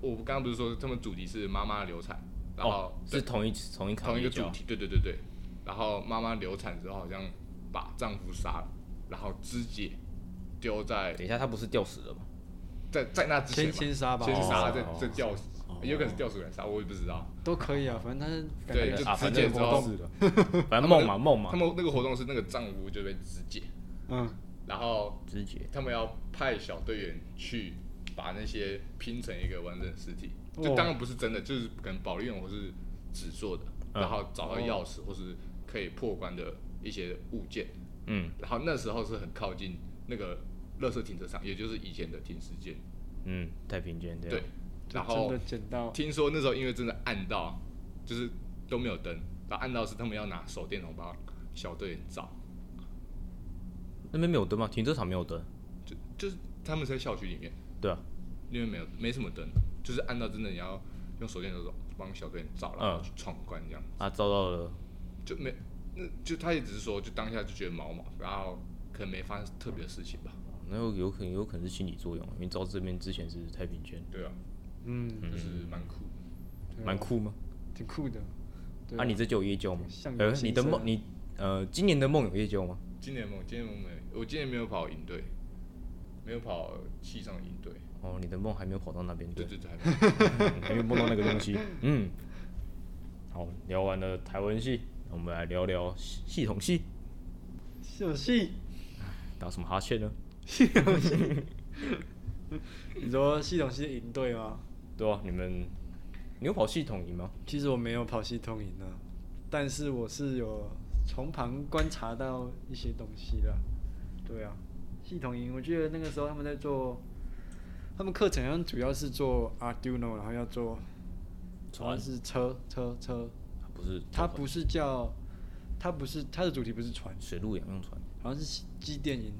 [SPEAKER 3] 我刚刚不是说他们主题是妈妈流产，然后、
[SPEAKER 2] 哦，
[SPEAKER 3] 对
[SPEAKER 2] 是同一同一
[SPEAKER 3] 同一个
[SPEAKER 2] 主
[SPEAKER 3] 主题，对对对对，然后妈妈流产之后好像把丈夫杀了，然后肢解丢在
[SPEAKER 2] 等一下，他不是吊死了吗？
[SPEAKER 3] 在在那之前
[SPEAKER 4] 先
[SPEAKER 3] 嘛
[SPEAKER 4] 先杀吧，
[SPEAKER 3] 先杀
[SPEAKER 2] 哦
[SPEAKER 3] 再
[SPEAKER 2] 哦
[SPEAKER 3] 再吊死，也有可能是吊死人杀，我也不知道。
[SPEAKER 4] 都可以啊，反正他是感
[SPEAKER 3] 对，
[SPEAKER 4] 觉
[SPEAKER 3] 就
[SPEAKER 2] 啊
[SPEAKER 3] 肢
[SPEAKER 2] 反
[SPEAKER 3] 解
[SPEAKER 2] 正
[SPEAKER 3] 之后，
[SPEAKER 2] 反
[SPEAKER 3] [laughs]
[SPEAKER 2] 正
[SPEAKER 3] 他们
[SPEAKER 2] 梦嘛梦嘛
[SPEAKER 3] 他，们那个活动是那个丈夫就被肢解，
[SPEAKER 4] 嗯，
[SPEAKER 3] 然后
[SPEAKER 2] 直觉
[SPEAKER 3] 他们要派小队员去把那些拼成一个完整的尸体，
[SPEAKER 4] 哦
[SPEAKER 3] 就当然不是真的，就是可能保利龙或是纸做的，
[SPEAKER 2] 嗯
[SPEAKER 3] 然后找到钥
[SPEAKER 4] 哦
[SPEAKER 3] 匙或是可以破关的一些物件，
[SPEAKER 2] 嗯
[SPEAKER 3] 然后那时候是很靠近那个垃圾停车场，也就是以前的停尸间，
[SPEAKER 2] 嗯，太平间对
[SPEAKER 3] 对
[SPEAKER 2] 吧，，
[SPEAKER 4] 就
[SPEAKER 3] 然
[SPEAKER 4] 真
[SPEAKER 3] 后
[SPEAKER 4] 的捡到
[SPEAKER 3] 听说那时候因为真的暗到，就是都没有灯，然后暗到是他们要拿手电筒帮小队员照，
[SPEAKER 2] 那边没有灯吗？停车场没有灯，
[SPEAKER 3] 就就是他们是在校区里面，
[SPEAKER 2] 对啊，
[SPEAKER 3] 因为没有没什么灯，就是暗到真的你要用手电筒帮小队员照，然后去闯关这样，
[SPEAKER 2] 啊，遭到了，
[SPEAKER 3] 就没那就他也只是说就当下就觉得毛毛，然后可能没发生特别的事情吧，
[SPEAKER 2] 那有有可能有可能是心理作用，啊因为照这边之前是太平间，
[SPEAKER 3] 对啊，
[SPEAKER 4] 嗯，
[SPEAKER 3] 就是蛮酷的。
[SPEAKER 4] 对啊
[SPEAKER 2] 蛮酷吗？
[SPEAKER 4] 挺酷的。对
[SPEAKER 2] 啊，你这就有夜交吗
[SPEAKER 4] 像？
[SPEAKER 2] 呃
[SPEAKER 4] 游，戏
[SPEAKER 2] 你的
[SPEAKER 4] 社
[SPEAKER 2] 梦你呃，今年的梦有夜交吗？
[SPEAKER 3] 今年梦，今年梦没，我今年没有跑营队，没有跑气上营队，
[SPEAKER 2] 哦，你的梦还没有跑到那边，
[SPEAKER 3] 对
[SPEAKER 2] 对，
[SPEAKER 3] 对对，还没有
[SPEAKER 2] 嗯还没有梦到那个东西，嗯。好，聊完了台湾系，我们来聊聊系系统系，
[SPEAKER 4] 游戏，
[SPEAKER 2] 打什么哈欠呢？
[SPEAKER 4] 你说系统系赢队吗？
[SPEAKER 2] 对啊，你们你有跑系统营吗？
[SPEAKER 4] 其实我没有跑系统营啊，但是我是有从旁观察到一些东西的。对啊，系统营，我记得那个时候他们在做，他们课程好像主要是做 Arduino，然后要做，主要是车车车，
[SPEAKER 2] 啊不是，
[SPEAKER 4] 它不是叫，它不是它的主题不是船，
[SPEAKER 2] 水陆两用船，
[SPEAKER 4] 好像是机电营，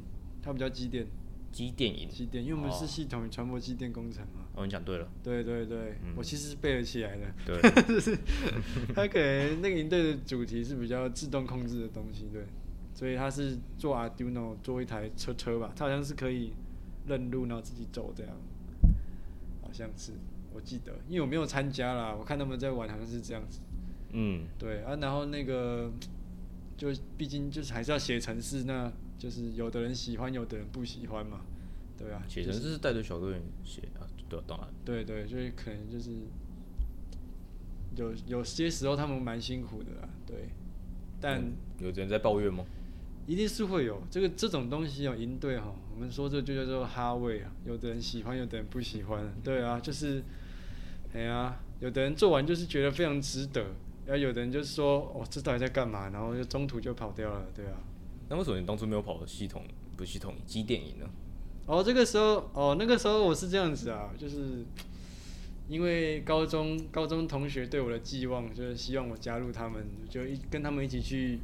[SPEAKER 4] 他们叫机电
[SPEAKER 2] 机电营。
[SPEAKER 4] 机电，因为我们是
[SPEAKER 2] 哦
[SPEAKER 4] 系统与传播机电工程嘛。
[SPEAKER 2] 哦，你讲对了，
[SPEAKER 4] 对对对，
[SPEAKER 2] 嗯
[SPEAKER 4] 我其实是背了起来的。
[SPEAKER 2] 对，
[SPEAKER 4] [laughs] 他可能那个营队的主题是比较自动控制的东西，对，所以他是做 Arduino 做一台车车吧，他好像是可以认路然后自己走这样，好像是我记得，因为我没有参加啦，我看他们在玩好像是这样子，
[SPEAKER 2] 嗯，
[SPEAKER 4] 对啊，然后那个就毕竟就是还是要写程式，那就是有的人喜欢，有的人不喜欢嘛，对啊，
[SPEAKER 2] 写
[SPEAKER 4] 就
[SPEAKER 2] 成
[SPEAKER 4] 是
[SPEAKER 2] 是带着小队员写啊，对啊，当然，
[SPEAKER 4] 对对，就是可能就是有有些时候他们蛮辛苦的啦，对，但
[SPEAKER 2] 嗯有人在抱怨吗？
[SPEAKER 4] 一定是会有这个这种东西哦，应对哈，我们说这就叫做哈味啊，有的人喜欢，有的人不喜欢，对啊，就是，哎呀，有的人做完就是觉得非常值得，然后有的人就说哦，这到底在干嘛，然后就中途就跑掉了，对啊，
[SPEAKER 2] 那为什么你当初没有跑系统不系统机电营呢？
[SPEAKER 4] 哦，这个时候，哦，那个时候我是这样子啊，就是因为高中高中同学对我的寄望，就是希望我加入他们，就一跟他们一起去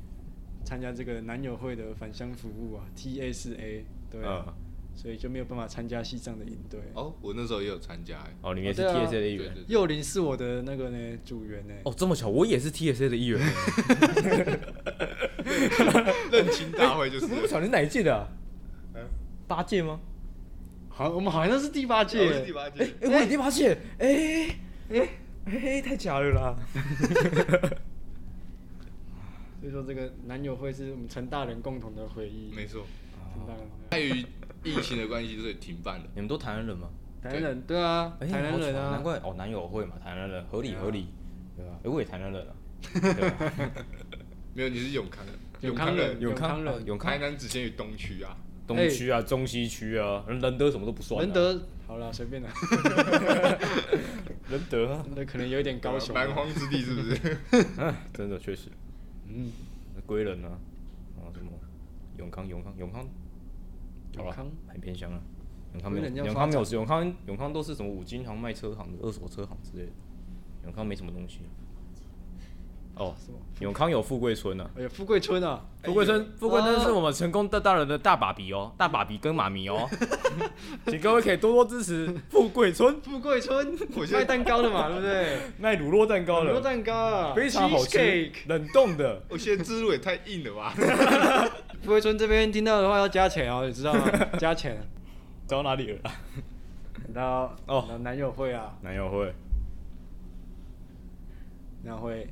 [SPEAKER 4] 参加这个男友会的返乡服务啊，TSA，对啊、
[SPEAKER 2] 嗯
[SPEAKER 4] 所以就没有办法参加系上的营队。
[SPEAKER 3] [laughs] 哦，我那时候也有参加、欸，
[SPEAKER 2] 哦，你们也是
[SPEAKER 4] 哦对啊
[SPEAKER 2] TSA 的一
[SPEAKER 3] 对
[SPEAKER 2] 员。
[SPEAKER 3] 对对，
[SPEAKER 4] 幼林是我的那个呢组员呢，
[SPEAKER 2] 哦，这么巧，我也是 TSA 的一
[SPEAKER 4] [laughs]
[SPEAKER 2] 员。欸
[SPEAKER 3] 认亲大会就是
[SPEAKER 2] 这么巧，你哪一届的啊？
[SPEAKER 4] 嗯
[SPEAKER 2] 八届吗？
[SPEAKER 4] 好，我们好像是第八
[SPEAKER 3] 哦我
[SPEAKER 4] 届
[SPEAKER 3] 是第，八届，
[SPEAKER 2] 哎，我也第八届。哎哎哎，太假了
[SPEAKER 4] [laughs]
[SPEAKER 2] 啦！
[SPEAKER 4] 所以说这个男友会是我们成大人共同的回忆，
[SPEAKER 3] 没错，哦
[SPEAKER 4] 成大人。
[SPEAKER 3] 碍于疫情的关系，所以停办了。
[SPEAKER 2] 你们都台湾人吗？
[SPEAKER 4] 台南人对啊，
[SPEAKER 2] 哎
[SPEAKER 4] 台南
[SPEAKER 2] 好巧
[SPEAKER 4] 人啊，
[SPEAKER 2] 难怪哦，男友会嘛，台南人合理
[SPEAKER 4] 对啊
[SPEAKER 2] 合理，对吧？哎，我也台南
[SPEAKER 4] [laughs]
[SPEAKER 2] 人啊。对吧
[SPEAKER 3] 没有，你是永康人，
[SPEAKER 4] 永康人
[SPEAKER 2] 永
[SPEAKER 4] 永康
[SPEAKER 2] 康
[SPEAKER 4] 人
[SPEAKER 2] 哦永康
[SPEAKER 3] 台南只限于东区啊。
[SPEAKER 2] 东区啊，中西区啊，仁德什么都不算啊。
[SPEAKER 4] 仁德好了，随便啦。
[SPEAKER 2] 仁德啊，
[SPEAKER 4] 那可能有点高雄啊。
[SPEAKER 3] 蛮荒之地是不
[SPEAKER 4] [laughs]
[SPEAKER 3] 是？
[SPEAKER 2] [laughs] 哎真的确实，
[SPEAKER 4] 嗯，
[SPEAKER 2] 那归仁啊，啊什么永康永康永康，好
[SPEAKER 4] 永
[SPEAKER 2] 了
[SPEAKER 4] 康，
[SPEAKER 2] 很偏乡了。啊永康没有
[SPEAKER 4] 归仁要
[SPEAKER 2] 永
[SPEAKER 4] 发
[SPEAKER 2] 康没有永康永康都是什么五金行卖车行的二手车行之类的，永康没什么东西。啊哦，
[SPEAKER 4] 什么？
[SPEAKER 2] 永康有富贵村啊，
[SPEAKER 4] 哎呀，富贵村啊，
[SPEAKER 2] 富贵村，富贵村是我们成功大大人的大爸比哦，大爸比跟妈咪哦， [laughs] 请各位可以多多支持富贵村
[SPEAKER 4] 富贵村卖蛋糕的嘛，对不对？
[SPEAKER 2] 卖乳酪蛋糕
[SPEAKER 4] 很多
[SPEAKER 2] 了，
[SPEAKER 4] 蛋糕啊，
[SPEAKER 2] 非常好吃，
[SPEAKER 4] cheesecake
[SPEAKER 2] 冷冻的。
[SPEAKER 3] 我现在思路也太硬了
[SPEAKER 4] [laughs]
[SPEAKER 3] 吧？
[SPEAKER 4] 富贵村这边听到的话要加钱哦，你知道吗？
[SPEAKER 2] [laughs]
[SPEAKER 4] 加钱，
[SPEAKER 2] 找哪里了？ [laughs]
[SPEAKER 4] 到
[SPEAKER 2] 哦
[SPEAKER 4] 哦，男友会啊，
[SPEAKER 2] 男友会，
[SPEAKER 4] 然后会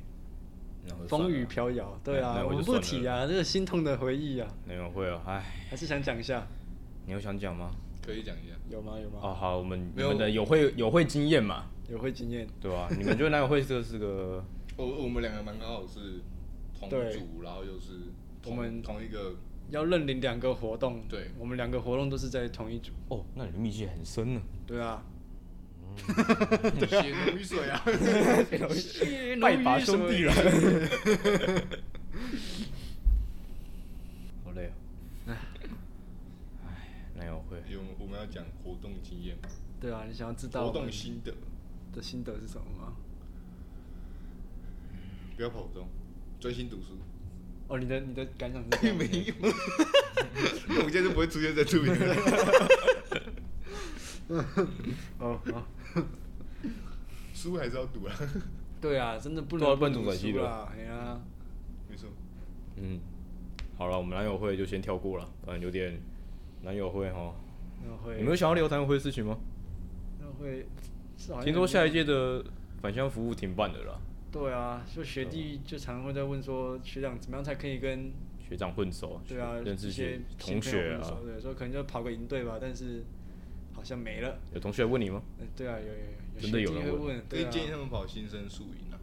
[SPEAKER 2] 然后就算了
[SPEAKER 4] 风雨飘摇，对
[SPEAKER 2] 那
[SPEAKER 4] 啊，
[SPEAKER 2] 我
[SPEAKER 4] 我
[SPEAKER 2] 就
[SPEAKER 4] 们不
[SPEAKER 2] 算了
[SPEAKER 4] 提啊，这是心痛的回忆啊，
[SPEAKER 2] 男友会哦，哎，
[SPEAKER 4] 还是想讲一下，
[SPEAKER 2] 你有想讲吗？
[SPEAKER 3] 可以讲一下，
[SPEAKER 4] 有吗？有吗？
[SPEAKER 2] 哦，好，我们
[SPEAKER 3] 没
[SPEAKER 2] 你
[SPEAKER 3] 有
[SPEAKER 2] 们的有会有会经验嘛，
[SPEAKER 4] 有会经验，
[SPEAKER 2] 对吧、你们觉得男友会这是个
[SPEAKER 3] 我我们两个蛮刚好是同
[SPEAKER 4] 对
[SPEAKER 3] 组，然后又是同
[SPEAKER 4] 我们
[SPEAKER 3] 同一
[SPEAKER 4] [laughs]
[SPEAKER 3] 个，
[SPEAKER 4] 要认领两个活动，
[SPEAKER 3] 对
[SPEAKER 4] 我们两个活动都是在同一组，
[SPEAKER 2] [laughs] 哦，那你的密切很深呢。
[SPEAKER 4] 对
[SPEAKER 2] [laughs]
[SPEAKER 4] 啊，
[SPEAKER 3] 血浓于水
[SPEAKER 4] [laughs]
[SPEAKER 3] 啊！
[SPEAKER 2] 哎
[SPEAKER 4] 哎
[SPEAKER 2] [laughs] 拜把兄弟了。好累哦，哎，男友会
[SPEAKER 3] 有我们要讲活动经验嘛，
[SPEAKER 4] 对啊，你想要知道
[SPEAKER 3] 活
[SPEAKER 4] 我
[SPEAKER 3] 动
[SPEAKER 4] 们
[SPEAKER 3] 心得，
[SPEAKER 4] 的心得是什么吗？
[SPEAKER 3] 不要跑活动，专心读
[SPEAKER 4] [laughs]
[SPEAKER 3] 书。
[SPEAKER 4] 哦，你的你的感想是
[SPEAKER 2] 哎
[SPEAKER 4] 这样
[SPEAKER 3] 没有，因为我现在就不会出现在这边了。
[SPEAKER 4] [laughs] 哦哦，
[SPEAKER 3] 书还是要读啊， [laughs]
[SPEAKER 4] 对啊，真的不
[SPEAKER 2] 对啊
[SPEAKER 4] 能
[SPEAKER 2] 不能
[SPEAKER 4] 读
[SPEAKER 2] 总转系
[SPEAKER 4] 书
[SPEAKER 2] 的
[SPEAKER 4] 啦，哎呀，
[SPEAKER 3] 没错。
[SPEAKER 2] 嗯，好了，我们男友会就先跳过了，不然有点男友会哈。
[SPEAKER 4] 那会
[SPEAKER 2] 你们有想要聊男友会的事情吗？
[SPEAKER 4] 那会，是好像
[SPEAKER 2] 听说下一届的返乡服务停办了啦，
[SPEAKER 4] 对啊，就学
[SPEAKER 2] 嗯
[SPEAKER 4] 弟就常会在问说，学长怎么样才可以跟
[SPEAKER 2] 学长混熟，
[SPEAKER 4] 对啊
[SPEAKER 2] 认识
[SPEAKER 4] 一些
[SPEAKER 2] 同
[SPEAKER 4] 新朋友
[SPEAKER 2] 学
[SPEAKER 4] 混
[SPEAKER 2] 啊
[SPEAKER 4] 熟。对，说可能就跑个营队吧，但是好像没了。
[SPEAKER 2] 有同学问你吗？
[SPEAKER 4] 嗯，对啊，有有有，
[SPEAKER 2] 真的有
[SPEAKER 4] 学弟
[SPEAKER 2] 人
[SPEAKER 4] 会
[SPEAKER 2] 问
[SPEAKER 4] 问，
[SPEAKER 3] 可
[SPEAKER 4] 对
[SPEAKER 3] 以
[SPEAKER 4] 啊，
[SPEAKER 3] 建议他们跑新生宿营啊。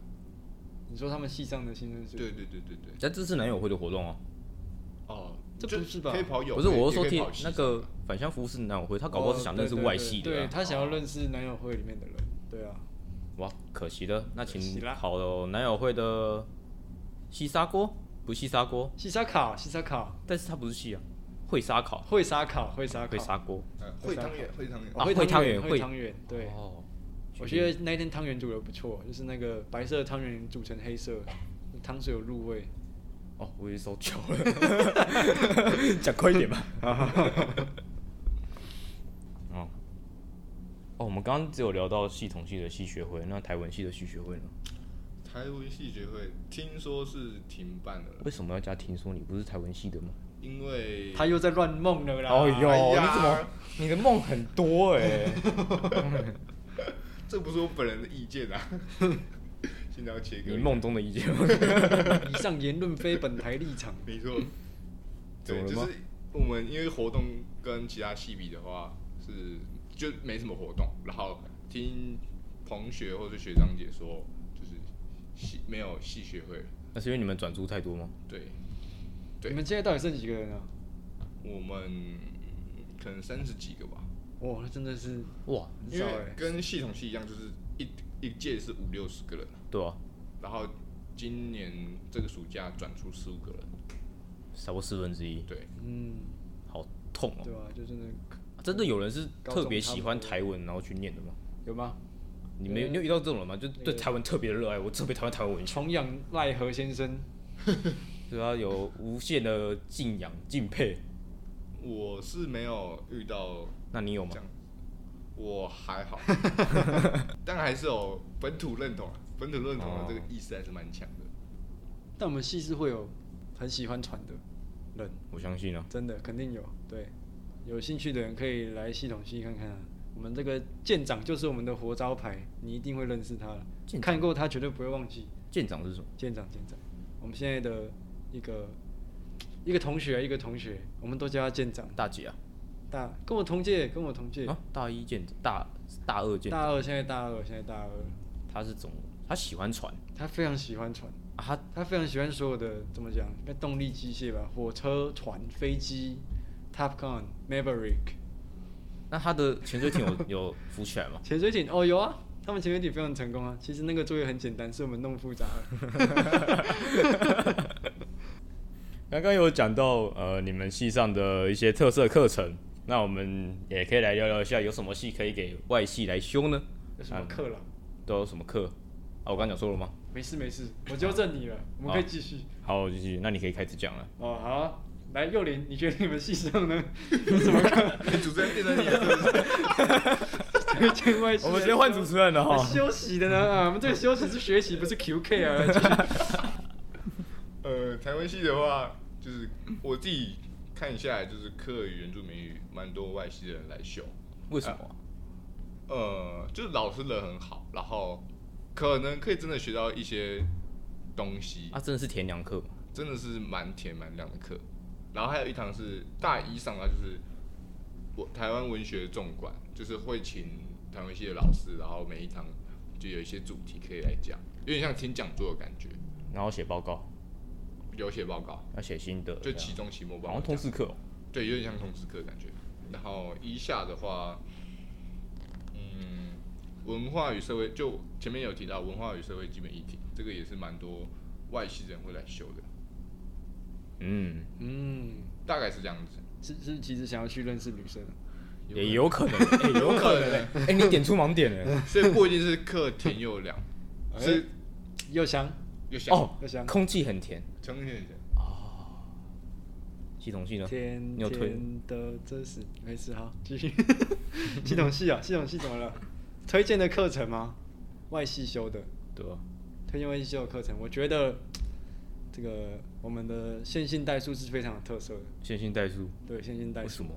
[SPEAKER 4] 你说他们系上的新生是？
[SPEAKER 3] 对对对对对。
[SPEAKER 2] 但这是男友会的活动哦、
[SPEAKER 3] 哦，
[SPEAKER 4] 这
[SPEAKER 3] 就
[SPEAKER 4] 不是吧
[SPEAKER 3] 可以跑友，
[SPEAKER 2] 不是，我是说
[SPEAKER 3] 也可以
[SPEAKER 2] 听
[SPEAKER 3] 跑新
[SPEAKER 2] 那
[SPEAKER 3] 生
[SPEAKER 2] 个返乡服务是男友会，他搞不好是想认识
[SPEAKER 4] 哦对对
[SPEAKER 2] 外系的、啊
[SPEAKER 4] 对对他想
[SPEAKER 3] 哦
[SPEAKER 4] 要认识男友会里面的人，对啊，
[SPEAKER 2] 哇，可惜了。那
[SPEAKER 4] 可惜
[SPEAKER 2] 请
[SPEAKER 4] 啦
[SPEAKER 2] 好的男友会的西沙锅，不是西沙锅，
[SPEAKER 4] 西沙考，西沙考，
[SPEAKER 2] 但是它不是西啊，会沙烤，
[SPEAKER 4] 会沙考，会沙考，
[SPEAKER 2] 会砂锅。
[SPEAKER 3] 呃会汤圆，会汤圆，
[SPEAKER 4] 哦
[SPEAKER 2] 啊
[SPEAKER 4] 会
[SPEAKER 2] 会汤
[SPEAKER 4] 圆，
[SPEAKER 2] 圆
[SPEAKER 4] 会
[SPEAKER 2] 会
[SPEAKER 4] 汤圆，对，
[SPEAKER 2] 哦，
[SPEAKER 4] 我觉得那一天汤圆煮的不错，就是那个白色的汤圆煮成黑色，汤水有入味。
[SPEAKER 2] 哦，我也手久了， [laughs] 讲快一点吧。哦，哦，我们刚刚只有聊到系统系的系学会，那台文系的系学会呢？
[SPEAKER 3] 台湾戏学会听说是停办了啦，
[SPEAKER 2] 为什么要加听说你不是台文系的吗？
[SPEAKER 3] 因为
[SPEAKER 4] 他又在乱梦了啦！
[SPEAKER 2] 哦哟，
[SPEAKER 3] 哎呀
[SPEAKER 2] 你怎么你的梦很多哎、
[SPEAKER 3] 这不是我本人的意见啊。 [laughs] 现在要切割
[SPEAKER 2] [laughs] 你，梦中的意见吗？ [laughs]
[SPEAKER 4] 以上言论非本台立场。
[SPEAKER 3] 没错。
[SPEAKER 2] 怎么
[SPEAKER 3] 对，
[SPEAKER 2] 了
[SPEAKER 3] 就
[SPEAKER 2] 吗
[SPEAKER 3] 是我们因为活动跟其他系比的话是就没什么活动，然后听同学或者学长姐说，就是系没有系学会了。
[SPEAKER 2] 那是因为你们转租太多吗？
[SPEAKER 3] 对对
[SPEAKER 4] 你们现在到底剩几个人啊？
[SPEAKER 3] 我们可能三十几个吧，
[SPEAKER 4] 哇，那真的是
[SPEAKER 2] 哇，
[SPEAKER 4] 很
[SPEAKER 3] 因
[SPEAKER 4] 少
[SPEAKER 3] 为
[SPEAKER 4] 哎、
[SPEAKER 3] 跟系统系一样，就是一一届是五六十个人，
[SPEAKER 2] 对啊，
[SPEAKER 3] 然后今年这个暑假转出十五个人，
[SPEAKER 2] 少过四分之一，
[SPEAKER 3] 对，
[SPEAKER 4] 嗯，
[SPEAKER 2] 好痛哦、
[SPEAKER 4] 对吧、就真的
[SPEAKER 2] 真的有人是
[SPEAKER 4] 高中
[SPEAKER 2] 特别喜欢台文然后去念的吗？
[SPEAKER 4] 有吗？
[SPEAKER 2] 你没有你有遇到这种人吗？就对
[SPEAKER 4] 对
[SPEAKER 2] 台文特别热爱，我特别讨厌台湾文学，
[SPEAKER 4] 重养奈何先生，
[SPEAKER 2] 对他有无限的敬仰敬佩。
[SPEAKER 3] 我是没有遇到
[SPEAKER 2] 那你有吗
[SPEAKER 3] 这？样，我还好，但还是有本土认同啊，本土认同的这个意识还是蛮强的。
[SPEAKER 4] 但我们系是会有很喜欢船的人，
[SPEAKER 2] 我相信啊，
[SPEAKER 4] 真的肯定有。对，有兴趣的人可以来系统系看看、啊。我们这个舰长就是我们的活招牌，你一定会认识他的
[SPEAKER 2] 舰，长
[SPEAKER 4] 看过他绝对不会忘记。
[SPEAKER 2] 舰长是什么？
[SPEAKER 4] 舰长，舰长，我们现在的一个一个同学，一个同学，我们都叫他舰长。
[SPEAKER 2] 大姐啊，
[SPEAKER 4] 大跟我同届，跟我同届，
[SPEAKER 2] 啊，大一舰长，大大二舰
[SPEAKER 4] 大
[SPEAKER 2] 长，
[SPEAKER 4] 二现在大二，现在大二，
[SPEAKER 2] 他是总，他喜欢船
[SPEAKER 4] 他非常喜欢船，
[SPEAKER 2] 啊，他
[SPEAKER 4] 他非常喜欢所有的怎么讲，应该动力机械吧，火车、船、飞机、Top Gun、Maverick、
[SPEAKER 2] 那他的潜水艇有 [laughs] 有浮起来吗？
[SPEAKER 4] 潜水艇，哦有啊，他们潜水艇非常成功啊。其实那个作业很简单，是我们弄复杂了。
[SPEAKER 2] [laughs] 刚刚有讲到呃，你们系上的一些特色课程，那我们也可以来聊聊一下，有什么系可以给外系来修呢？
[SPEAKER 4] 有什么课了？
[SPEAKER 2] 都有什么课？啊，我刚讲错了吗？
[SPEAKER 4] 没事没事，我纠正你了，我们可以继续。
[SPEAKER 2] 好，继续，那你可以开始讲了。
[SPEAKER 4] 哦，好啊，来幼林，你觉得你们系
[SPEAKER 2] [laughs]
[SPEAKER 4] 上呢？有什么看
[SPEAKER 3] 哎主持人变成你了，
[SPEAKER 4] 推荐外事？哦
[SPEAKER 2] 我们直接换主持人哦了哈。
[SPEAKER 4] 休息的呢？啊，我们这个休息是学习，不是
[SPEAKER 2] [laughs]
[SPEAKER 4] QK 啊。继续
[SPEAKER 3] 呃，台湾系的话，就是我自己看下来，就是课语、原住民语，蛮多外系的人来修。
[SPEAKER 6] 为什
[SPEAKER 2] 啊
[SPEAKER 6] 么？
[SPEAKER 3] 呃，就是老师人很好，然后可能可以真的学到一些东西，
[SPEAKER 2] 啊，真的是田娘课吗？
[SPEAKER 3] 真的是蛮甜蛮亮的课。然后还有一堂是大一上啊，就是我台湾文学纵馆，就是会请台湾系的老师，然后每一堂就有一些主题可以来讲，有点像听讲座的感觉，
[SPEAKER 2] 然后写报告，
[SPEAKER 3] 有写报告，
[SPEAKER 2] 要写心得，这
[SPEAKER 3] 就
[SPEAKER 2] 样
[SPEAKER 3] 期中、期末报
[SPEAKER 2] 好
[SPEAKER 3] 告
[SPEAKER 2] 像
[SPEAKER 3] 这样。
[SPEAKER 2] 通识课哦。
[SPEAKER 3] 对，有点像通识课的感觉。然后一下的话，嗯，文化与社会就前面有提到文化与社会基本议题，这个也是蛮多外系人会来修的，
[SPEAKER 2] 嗯，
[SPEAKER 4] 嗯，
[SPEAKER 3] 大概是这样子。
[SPEAKER 4] 是是，其实想要去认识女生。
[SPEAKER 2] 也有可能，
[SPEAKER 4] [laughs]
[SPEAKER 2] 哎有可能欸，哎，你点出盲点了。
[SPEAKER 3] 所以不一定是课田又凉，是
[SPEAKER 4] 又香
[SPEAKER 3] 又想
[SPEAKER 2] 哦
[SPEAKER 4] 又香，
[SPEAKER 2] 空气很甜，
[SPEAKER 3] 成年人
[SPEAKER 2] 系统系呢？
[SPEAKER 4] 天
[SPEAKER 2] 你有推
[SPEAKER 4] 天的真实，没事
[SPEAKER 2] [laughs]
[SPEAKER 4] 好，继续。系统系啊，系统系怎么了？推荐的课程吗？外系修的，
[SPEAKER 2] 对啊，
[SPEAKER 4] 推荐外系修的课程，我觉得这个我们的线性代数是非常有特色的。
[SPEAKER 2] 线性代数，
[SPEAKER 4] 对，线性代
[SPEAKER 2] 为
[SPEAKER 4] 数，
[SPEAKER 2] 什么？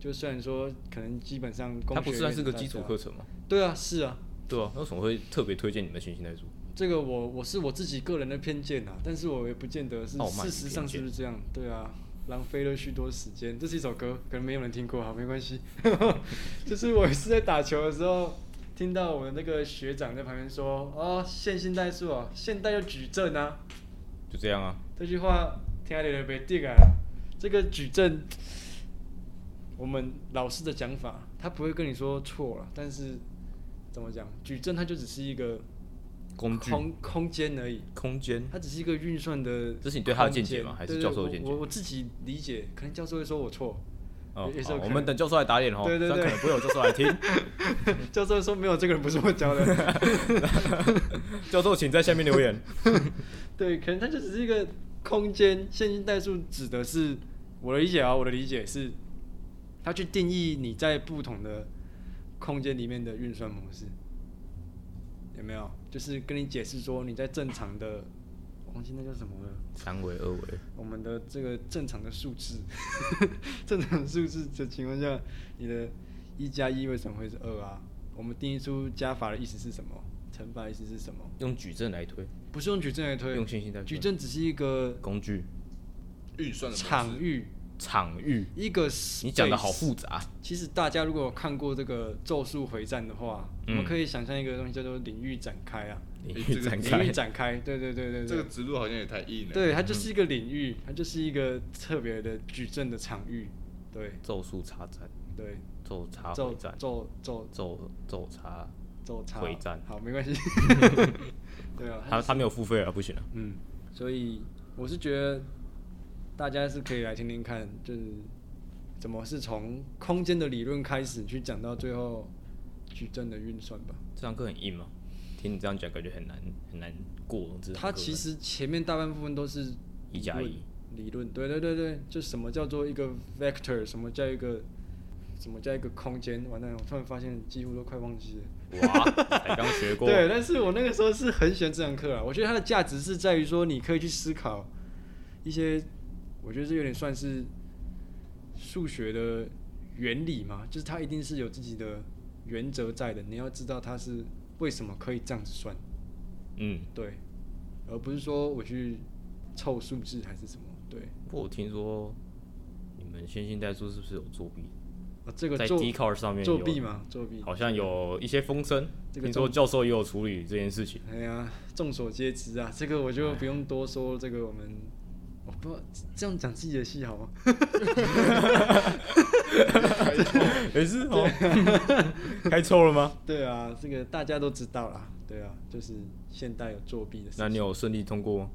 [SPEAKER 4] 就虽然说可能基本上工
[SPEAKER 2] 它
[SPEAKER 4] 学
[SPEAKER 2] 不算
[SPEAKER 4] 院
[SPEAKER 2] 是个
[SPEAKER 4] 大
[SPEAKER 2] 基础
[SPEAKER 4] 家
[SPEAKER 2] 课，程吗？
[SPEAKER 4] 对啊，是啊，
[SPEAKER 2] 对啊，那为什么会特别推荐你们线性代数？
[SPEAKER 4] 这个我我是我自己个人的偏见啊，但是我也不见得是
[SPEAKER 2] 傲慢
[SPEAKER 4] 事
[SPEAKER 2] 与
[SPEAKER 4] 实
[SPEAKER 2] 偏
[SPEAKER 4] 上是不是这样，对啊，浪费了许多时间。这是一首歌，可能没有人听过，好，没关系。 [laughs] 就是我是在打球的时候，听到我的那个学长在旁边说，哦，线性代数哦，现代要矩阵啊，
[SPEAKER 2] 就这样啊，
[SPEAKER 4] 这句话听起来有点没定啊。这个矩阵，我们老师的讲法，他不会跟你说错了，但是怎么讲，矩阵它就只是一个
[SPEAKER 2] 工具、
[SPEAKER 4] 空空间而已。
[SPEAKER 2] 空间，
[SPEAKER 4] 它只是一个运算的空间，
[SPEAKER 2] 这是你对它的见解吗还是
[SPEAKER 4] 对对
[SPEAKER 2] 教授的见解
[SPEAKER 4] 我我我自己理解，可能教授会说我错， [laughs]
[SPEAKER 2] 哦
[SPEAKER 4] 也，是
[SPEAKER 2] 好
[SPEAKER 4] 有可能
[SPEAKER 2] 我们等教授来打脸哦，
[SPEAKER 4] 对对
[SPEAKER 2] 虽然
[SPEAKER 4] 对
[SPEAKER 2] 可能不会有教授来
[SPEAKER 4] [laughs]
[SPEAKER 2] 听，
[SPEAKER 4] 教授会说没有，这个人不是我教的。
[SPEAKER 2] 教授请在下面留言。
[SPEAKER 4] 对，可能它就只是一个空间线性代数，指的是我的理解啊，我的理解是，它去定义你在不同的空间里面的运算模式，有没有？就是跟你解释说你在正常的，我忘记那叫什么了。
[SPEAKER 2] 三维、二维，
[SPEAKER 4] 我们的这个正常的数字， [laughs] 正常数字的情况下，你的一加一为什么会是二啊？我们定义出加法的意思是什么？乘法的意思是什么？
[SPEAKER 2] 用矩阵来推，
[SPEAKER 4] 不是用矩阵来推，
[SPEAKER 2] 用线性代数
[SPEAKER 4] 矩阵只是一个
[SPEAKER 2] 工具、
[SPEAKER 3] 预算的模式
[SPEAKER 4] 场域，
[SPEAKER 2] 场域，
[SPEAKER 4] 一个
[SPEAKER 2] 你讲的好
[SPEAKER 4] space
[SPEAKER 2] 复杂。
[SPEAKER 4] 其实大家如果有看过这个《咒术回战》的话，
[SPEAKER 2] 嗯
[SPEAKER 4] 我们可以想象一个东西叫做领域展开啊，
[SPEAKER 2] 领
[SPEAKER 3] 诶
[SPEAKER 2] 域
[SPEAKER 3] 这个
[SPEAKER 2] 展
[SPEAKER 4] 领
[SPEAKER 2] 开
[SPEAKER 4] 域，展开，对对对对对，
[SPEAKER 3] 这个植入好像也太硬了。
[SPEAKER 4] 对，它就是一个领域，它就是一个特别的矩阵的场域，对
[SPEAKER 2] 咒术插战，
[SPEAKER 4] 对。
[SPEAKER 2] 咒插
[SPEAKER 4] 咒
[SPEAKER 2] 回战，
[SPEAKER 4] 咒咒
[SPEAKER 2] 咒咒插，
[SPEAKER 4] 咒差
[SPEAKER 2] 回战
[SPEAKER 4] 好，没
[SPEAKER 2] [laughs]
[SPEAKER 4] 关系。对啊，
[SPEAKER 2] 他他没有付费啊，不行啊。
[SPEAKER 4] 嗯，所以我是觉得大家是可以来听听看，就是怎么是从空间的理论开始去讲到最后矩阵的运算吧。
[SPEAKER 2] 这堂课很硬吗？听你这样讲，感觉很难很难过。这堂
[SPEAKER 4] 它
[SPEAKER 2] 课
[SPEAKER 4] 其实前面大半部分都是
[SPEAKER 2] 一加一
[SPEAKER 4] 理论，对对对对，就什么叫做一个 vector，什么叫一个什么叫一个空间。完蛋，我突然发现几乎都快忘记了。
[SPEAKER 2] 哇，才刚学过，
[SPEAKER 4] [laughs] 对，但是我那个时候是很喜欢这堂课啊，我觉得它的价值是在于说，你可以去思考一些，我觉得这有点算是数学的原理嘛，就是它一定是有自己的原则在的，你要知道它是为什么可以这样子算，
[SPEAKER 2] 嗯，
[SPEAKER 4] 对，而不是说我去凑数字还是什么，对，
[SPEAKER 2] 不过我听说你们线性代数是不是有作弊？
[SPEAKER 4] 啊，这个
[SPEAKER 2] 在
[SPEAKER 4] 作
[SPEAKER 2] Dcard 上面有
[SPEAKER 4] 作弊嘛，作弊，
[SPEAKER 2] 好像有一些风声，
[SPEAKER 4] 这个
[SPEAKER 2] 听说
[SPEAKER 4] 重
[SPEAKER 2] 教授也有处理这件事
[SPEAKER 4] [laughs]
[SPEAKER 2] 情。
[SPEAKER 4] 哎呀，众所皆知啊，这个我就不用多说。这个我们，我不知道这样讲自己的戏好吗？
[SPEAKER 2] 也是
[SPEAKER 4] [laughs]
[SPEAKER 2] 哦，开臭了吗？
[SPEAKER 4] 对啊，这个大家都知道啦。对啊，就是现代有作弊的事
[SPEAKER 2] [laughs]
[SPEAKER 4] 情。
[SPEAKER 2] 那你有顺利通过吗？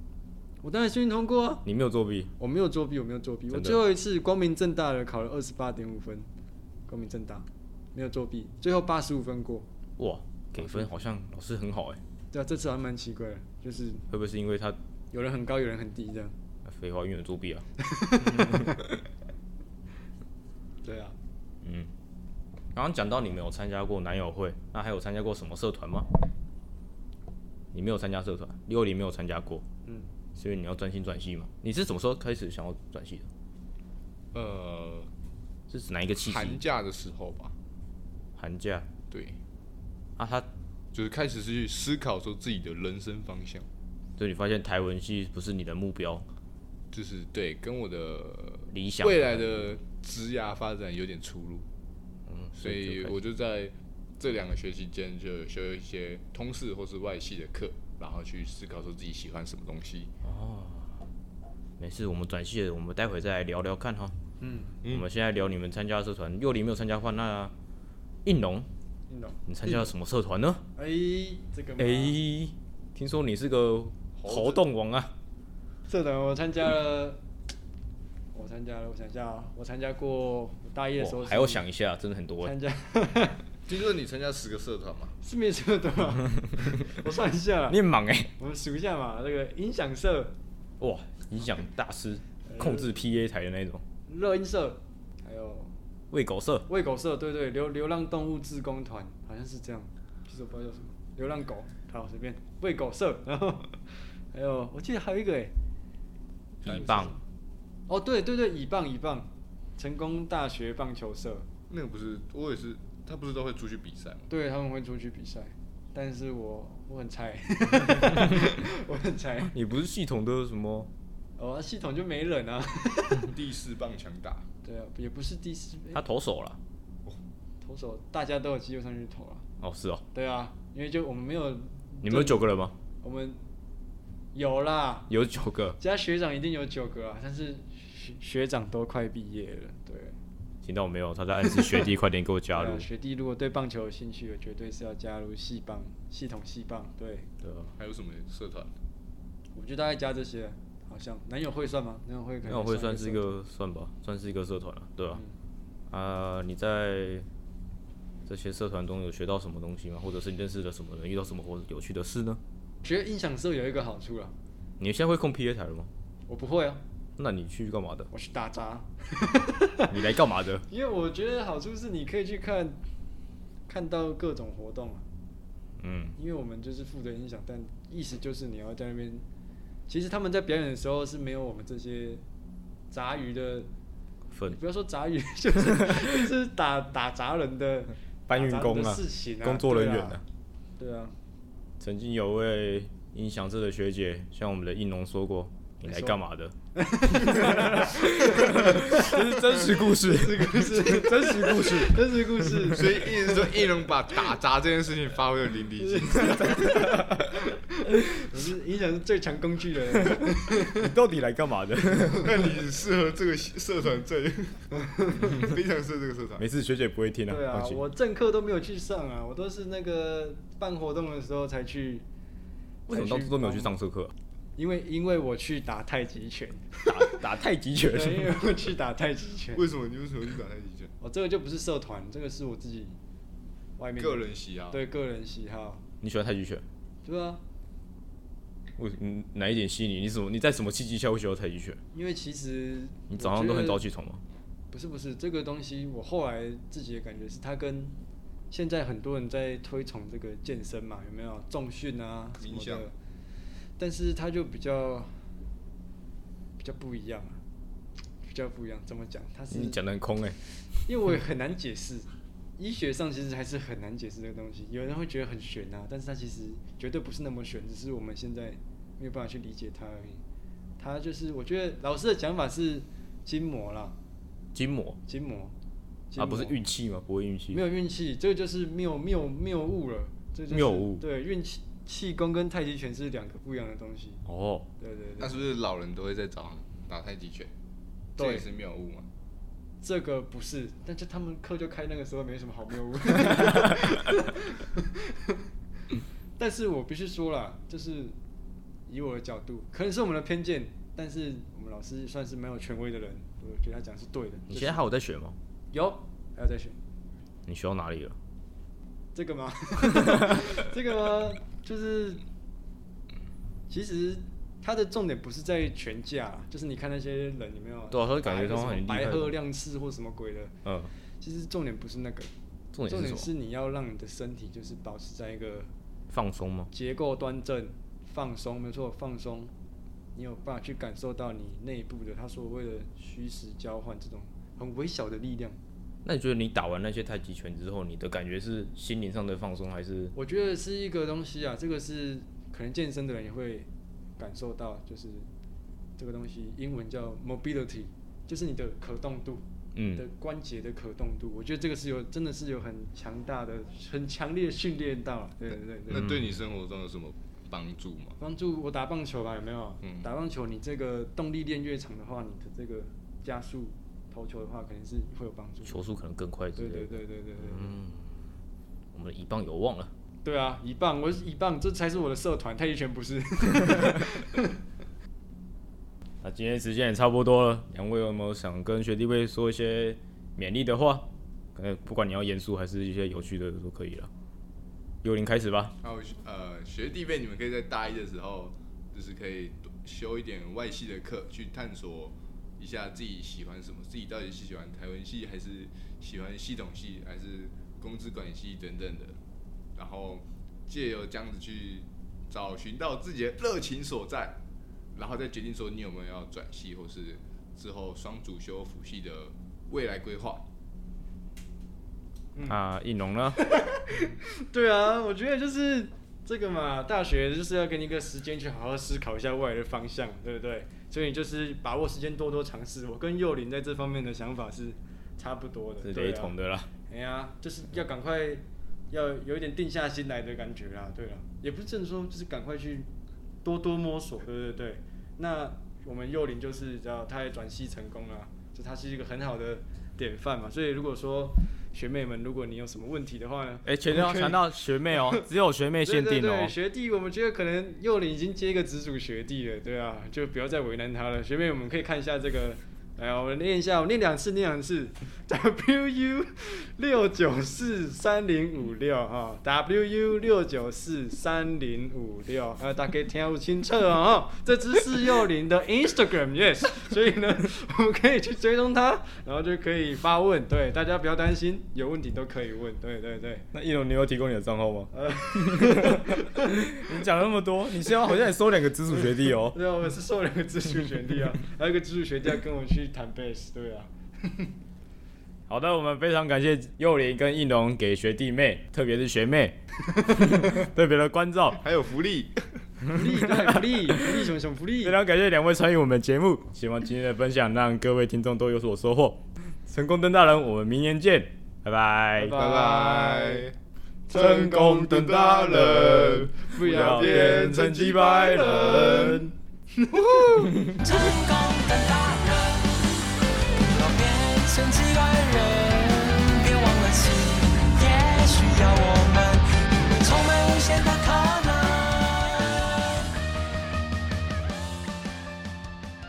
[SPEAKER 4] 我当然幸运通过啊！
[SPEAKER 2] 你没有作弊，
[SPEAKER 4] 我没有作弊，我没有作弊。我
[SPEAKER 2] 真的
[SPEAKER 4] 最后一次光明正大的考了二十八点五分，光明正大，没有作弊，最后八十五分过。
[SPEAKER 2] 哇，给分好像老师很好哎、
[SPEAKER 4] 对啊，这次还蛮奇怪的，就是
[SPEAKER 2] 会不会是因为他
[SPEAKER 4] 有人很高，有人很低这样。
[SPEAKER 2] 废话，因为有作弊啊？
[SPEAKER 4] 对啊，
[SPEAKER 2] 嗯，刚刚讲到你没有参加过男友会，那还有参加过什么社团吗？你没有参加社团，六零没有参加过，
[SPEAKER 4] 嗯，
[SPEAKER 2] 所以你要专心转系嘛？你是什么时候开始想要转系的？
[SPEAKER 3] 呃，
[SPEAKER 2] 是指哪一个契
[SPEAKER 3] 寒
[SPEAKER 2] 机？
[SPEAKER 3] 假的时候吧，
[SPEAKER 2] 寒假
[SPEAKER 3] 对，
[SPEAKER 2] 啊，他
[SPEAKER 3] 就是开始去思考说自己的人生方向，
[SPEAKER 2] 就你发现台文系不是你的目标
[SPEAKER 3] 就是对跟我的
[SPEAKER 2] 理想，
[SPEAKER 3] 未来的职涯发展有点出入，
[SPEAKER 2] 嗯，
[SPEAKER 3] 所以
[SPEAKER 2] 就开始
[SPEAKER 3] 我就在这两个学期间就有修一些通识或是外系的课，然后去思考说自己喜欢什么东西。
[SPEAKER 2] 没事，我们转系了，我们待会再来聊聊看哈。
[SPEAKER 4] 嗯，
[SPEAKER 2] 我们现在聊你们参加的社团，幼林没有参加过，那应龙
[SPEAKER 4] 运动。
[SPEAKER 2] 你参加了什么社团呢？
[SPEAKER 4] 哎、这个
[SPEAKER 2] 哎、
[SPEAKER 4] 哎、
[SPEAKER 2] 听说你是个活动王啊！
[SPEAKER 4] 社团我参加了，我参加了，我想一下啊，我参加过我大一的时候
[SPEAKER 2] 哇
[SPEAKER 4] 是
[SPEAKER 2] 还要想一下，真的很多欸。
[SPEAKER 4] 参加
[SPEAKER 3] 听说你参加十个社团嘛？
[SPEAKER 4] 是没社团
[SPEAKER 2] [laughs]
[SPEAKER 4] 啊，我算一下啦，
[SPEAKER 2] 你很忙哎、
[SPEAKER 4] 我们数一下嘛，那个音响社、
[SPEAKER 2] 哇，影响大师，
[SPEAKER 4] 呃
[SPEAKER 2] 控制 PA 台的那种，
[SPEAKER 4] 热音社，还有
[SPEAKER 2] 喂狗社，
[SPEAKER 4] 喂狗社，对对，流流浪动物志工团好像是这样，其实我不知道叫什么，流浪狗，好随便，喂狗社，然后还有我记得还有一个哎、
[SPEAKER 2] 以棒，
[SPEAKER 4] 哦对对对，以棒以棒，成功大学棒球社，
[SPEAKER 3] 那个不是，我也是，他不是都会出去比赛吗？
[SPEAKER 4] 对他们会出去比赛，但是我我很菜， [laughs] 我很菜，
[SPEAKER 2] 你不是系统的什么？
[SPEAKER 4] 哦系统就没人啊，
[SPEAKER 3] 第四棒强打，
[SPEAKER 4] 对啊，也不是第四，哎
[SPEAKER 2] 他投手了。
[SPEAKER 4] 投手大家都有机会上去投啊，
[SPEAKER 2] 哦，是哦，
[SPEAKER 4] 对啊，因为就我们没有，
[SPEAKER 2] 你们有九个人吗？
[SPEAKER 4] 我们有啦，
[SPEAKER 2] 有九个，
[SPEAKER 4] 加学长一定有九个啊，但是学学长都快毕业了，对。
[SPEAKER 2] 听到没有？他在暗示学弟快点给我加入
[SPEAKER 4] 对啊。学弟如果对棒球有兴趣，我绝对是要加入系棒系统系棒。对，
[SPEAKER 2] 对啊，
[SPEAKER 3] 还有什么社团？ [laughs]
[SPEAKER 4] 我就大概加这些，好像男友会算吗？男友会可能
[SPEAKER 2] 那我会算
[SPEAKER 4] 一
[SPEAKER 2] 是一
[SPEAKER 4] 社团嗯
[SPEAKER 2] 个算吧，算是一个社团了，对啊。啊、你在这些社团中有学到什么东西吗？或者是你认识了什么人，遇到什么或有趣的事呢？
[SPEAKER 4] 觉得音响社有一个好处啦，
[SPEAKER 2] 你现在会控 PA 台了吗？
[SPEAKER 4] 我不会啊，
[SPEAKER 2] 那你去干嘛的？
[SPEAKER 4] 我是打杂， [laughs]
[SPEAKER 2] [laughs] 你来干嘛的？
[SPEAKER 4] 因为我觉得好处是你可以去看看到各种活动啊，
[SPEAKER 2] 嗯，
[SPEAKER 4] 因为我们就是负责音响，但意思就是你要在那边，其实他们在表演的时候是没有我们这些杂鱼的
[SPEAKER 2] 分
[SPEAKER 4] 不要说杂鱼，就是就是打打杂人的
[SPEAKER 2] 搬运工
[SPEAKER 4] 打杂人的
[SPEAKER 2] 啊
[SPEAKER 4] 事情啊，
[SPEAKER 2] 工作人员
[SPEAKER 4] 啊
[SPEAKER 2] 啊，
[SPEAKER 4] 对啊，
[SPEAKER 2] 曾经有位音响社的学姐向我们的应龙说过：“你来干嘛的？” [laughs] 这是真实故事，
[SPEAKER 4] 这个 [laughs]
[SPEAKER 3] [laughs]
[SPEAKER 4] 是真实故事，真实故事，
[SPEAKER 3] 所以一直说一龙把打砸这件事情发挥的淋漓尽致。 [laughs]
[SPEAKER 4] 我是影响是最强工具人，
[SPEAKER 2] 你到底来干嘛
[SPEAKER 4] [laughs]
[SPEAKER 2] 的？
[SPEAKER 3] 那你适合这个社团最， [laughs] 非常适合这个社团。
[SPEAKER 2] 没事，学姐不会听
[SPEAKER 4] 对啊
[SPEAKER 2] 放，心
[SPEAKER 4] 我正课都没有去上啊，我都是那个办活动的时候才去，
[SPEAKER 2] 为什么当初都没有去上社课啊、
[SPEAKER 4] 因为因为我去打太极拳，
[SPEAKER 2] 打打太极拳
[SPEAKER 4] [laughs] 对， [laughs] 因为我去打太极拳，
[SPEAKER 3] 为什么你为什么去打太极拳？
[SPEAKER 4] 我这个就不是社团，这个是我自己外面的
[SPEAKER 3] 个人喜好。
[SPEAKER 4] 对个人喜好，
[SPEAKER 2] 你喜欢太极拳？
[SPEAKER 4] 对啊，
[SPEAKER 2] 为嗯哪一点吸引你？你怎么你在什么契机下会喜欢太极拳？
[SPEAKER 4] 因为其实
[SPEAKER 2] 你早上都很
[SPEAKER 4] 我觉得
[SPEAKER 2] 早起床吗？
[SPEAKER 4] 不是不是，这个东西我后来自己的感觉是，它跟现在很多人在推崇这个健身嘛，有没有重训啊什么
[SPEAKER 3] 冥想
[SPEAKER 4] 的，但是它就比较比较不一样啊，比较不一样。怎么讲？它是
[SPEAKER 2] 你讲的很空哎、
[SPEAKER 4] 因为我也很难解释，医学上其实还是很难解释这个东西。有人会觉得很玄啊，但是它其实绝对不是那么玄，只是我们现在没有办法去理解它而已。它就是我觉得老师的讲法是筋膜啦，
[SPEAKER 2] 筋膜
[SPEAKER 4] 筋膜。筋
[SPEAKER 2] 啊，不是
[SPEAKER 4] 膜
[SPEAKER 2] 运气吗？不会运气
[SPEAKER 4] 没。有运气，这个就是谬谬谬误了。这就是
[SPEAKER 2] 谬误
[SPEAKER 4] 对运气气功跟太极拳是两个不一样的东西。
[SPEAKER 2] 哦，
[SPEAKER 4] 对对
[SPEAKER 3] 那
[SPEAKER 4] 对，
[SPEAKER 3] 是不是老人都会在早上打太极拳？
[SPEAKER 4] 对
[SPEAKER 3] 这也是谬误嘛。
[SPEAKER 4] 这个不是，但就他们课就开那个时候没什么好谬误。但是我必须说了，就是以我的角度，可能是我们的偏见，但是我们老师算是蛮有权威的人，我觉得他讲是对的。
[SPEAKER 2] 你
[SPEAKER 4] 就是
[SPEAKER 2] 现在还有在学吗？
[SPEAKER 4] 有还要再选
[SPEAKER 2] 你学到哪里了？ [laughs]
[SPEAKER 4] 这个吗？这个吗？就是其实它的重点不是在全价啦，就是你看那些人有没有，
[SPEAKER 2] 对啊他就感觉他
[SPEAKER 4] 什
[SPEAKER 2] 们很
[SPEAKER 4] 么
[SPEAKER 2] 厉害
[SPEAKER 4] 白
[SPEAKER 2] 嘛
[SPEAKER 4] 鹤亮翅或什么鬼的，
[SPEAKER 2] 嗯，
[SPEAKER 4] 其实重点不是那个，
[SPEAKER 2] 重点
[SPEAKER 4] 重
[SPEAKER 2] 是
[SPEAKER 4] 点
[SPEAKER 2] 什么？
[SPEAKER 4] 是你要让你的身体就是保持在一个
[SPEAKER 2] 放松吗？
[SPEAKER 4] 结构端正、放松，没错，放松。你有办法去感受到你内部的它所谓的虚实交换这种很微小的力量。
[SPEAKER 2] 那你觉得你打完那些太极拳之后，你的感觉是心灵上的放松，还是
[SPEAKER 4] 我觉得是一个东西啊，这个是可能健身的人也会感受到，就是这个东西英文叫 mobility，就是你的可动度，
[SPEAKER 2] 嗯
[SPEAKER 4] 的关节的可动度。我觉得这个是有真的是有很强大的、很强烈的训练到啊，对对对对。
[SPEAKER 3] 那对你生活中有什么帮助吗？
[SPEAKER 4] 帮助我打棒球吧，有没有？
[SPEAKER 3] 嗯
[SPEAKER 4] 打棒球，你这个动力链越长的话，你的这个加速投球的话，肯定是会有帮助。
[SPEAKER 2] 球速可能更快之
[SPEAKER 4] 对
[SPEAKER 2] 类的？
[SPEAKER 4] 对对对对对对。
[SPEAKER 2] 嗯，我们的一棒有望了。
[SPEAKER 4] 对啊，一棒，我是一棒，这才是我的社团，太极拳
[SPEAKER 2] [laughs]
[SPEAKER 4] 不是。
[SPEAKER 2] 那今天时间也差不多了，两位有没有想跟学弟妹说一些勉励的话？呃，不管你要严肃还是一些有趣的都可以了。幽灵开始吧。
[SPEAKER 3] 还有呃，学弟妹，你们可以在大一的时候，就是可以多修一点外系的课，去探索一下自己喜欢什么，自己到底是喜欢台文系，还是喜欢系统系，还是工资管系等等的。然后借由这样子去找寻到自己的热情所在，然后再决定说你有没有要转系，或是之后双主修辅系的未来规划。
[SPEAKER 4] 嗯
[SPEAKER 2] 啊，应龙 [laughs] 呢？
[SPEAKER 4] 对啊，我觉得就是这个嘛，大学就是要给你一个时间去好好思考一下未来的方向，对不对？所以就是把握时间，多多尝试。我跟幼林在这方面的想法是差不多的，
[SPEAKER 2] 是
[SPEAKER 4] 对
[SPEAKER 2] 雷
[SPEAKER 4] 啊
[SPEAKER 2] 同的啦。
[SPEAKER 4] 哎呀，就是要赶快，要有一点定下心来的感觉啦。对了，啊也不是正说，就是赶快去多多摸索。对对对。那我们幼林就是只要他也转系成功了，就他是一个很好的典范嘛。所以如果说学妹们，如果你有什么问题的话呢，
[SPEAKER 7] 哎、全都要传到学妹哦，只有学妹
[SPEAKER 4] 对
[SPEAKER 7] 限
[SPEAKER 4] 对
[SPEAKER 7] 定
[SPEAKER 4] 对，
[SPEAKER 7] 哦。
[SPEAKER 4] 学弟，我们觉得可能幼林已经接一个直属学弟了，对啊，就不要再为难他了。学妹，我们可以看一下这个，来，我们念一下，我念两次，念两次，WU 六九四三零五六哈，WU 六九四三零五六，呃，大家听不清楚哦，这只是幼林的 Instagram，yes，所以呢， [laughs] 我们可以去追踪他，然后就可以发问，对，大家不要担心，有问题都可以问，对对对。
[SPEAKER 7] 那应龙，你有提供你的账号吗？
[SPEAKER 2] 呃
[SPEAKER 7] [laughs] 你讲那么多，你现在好像也收两个直属学弟哦。
[SPEAKER 4] 对啊，我是受了一个直属学弟啊，还有一个直属学弟要跟我去弹贝斯，对啊，
[SPEAKER 2] [laughs] 好的，我们非常感谢幼林跟应龙给学弟妹，特别是学妹， [laughs] 特别的关照。
[SPEAKER 3] 还有福利，
[SPEAKER 4] 福利对啊福利福利熊熊福利
[SPEAKER 2] 非，常感谢两位参与我们节目，希望今天的分享让各位听众都有所收获。成功登大人，我们明年见，拜拜。
[SPEAKER 3] 拜拜。
[SPEAKER 2] 成功登大人，
[SPEAKER 4] 不
[SPEAKER 2] 不要变成几百人。
[SPEAKER 8] 成功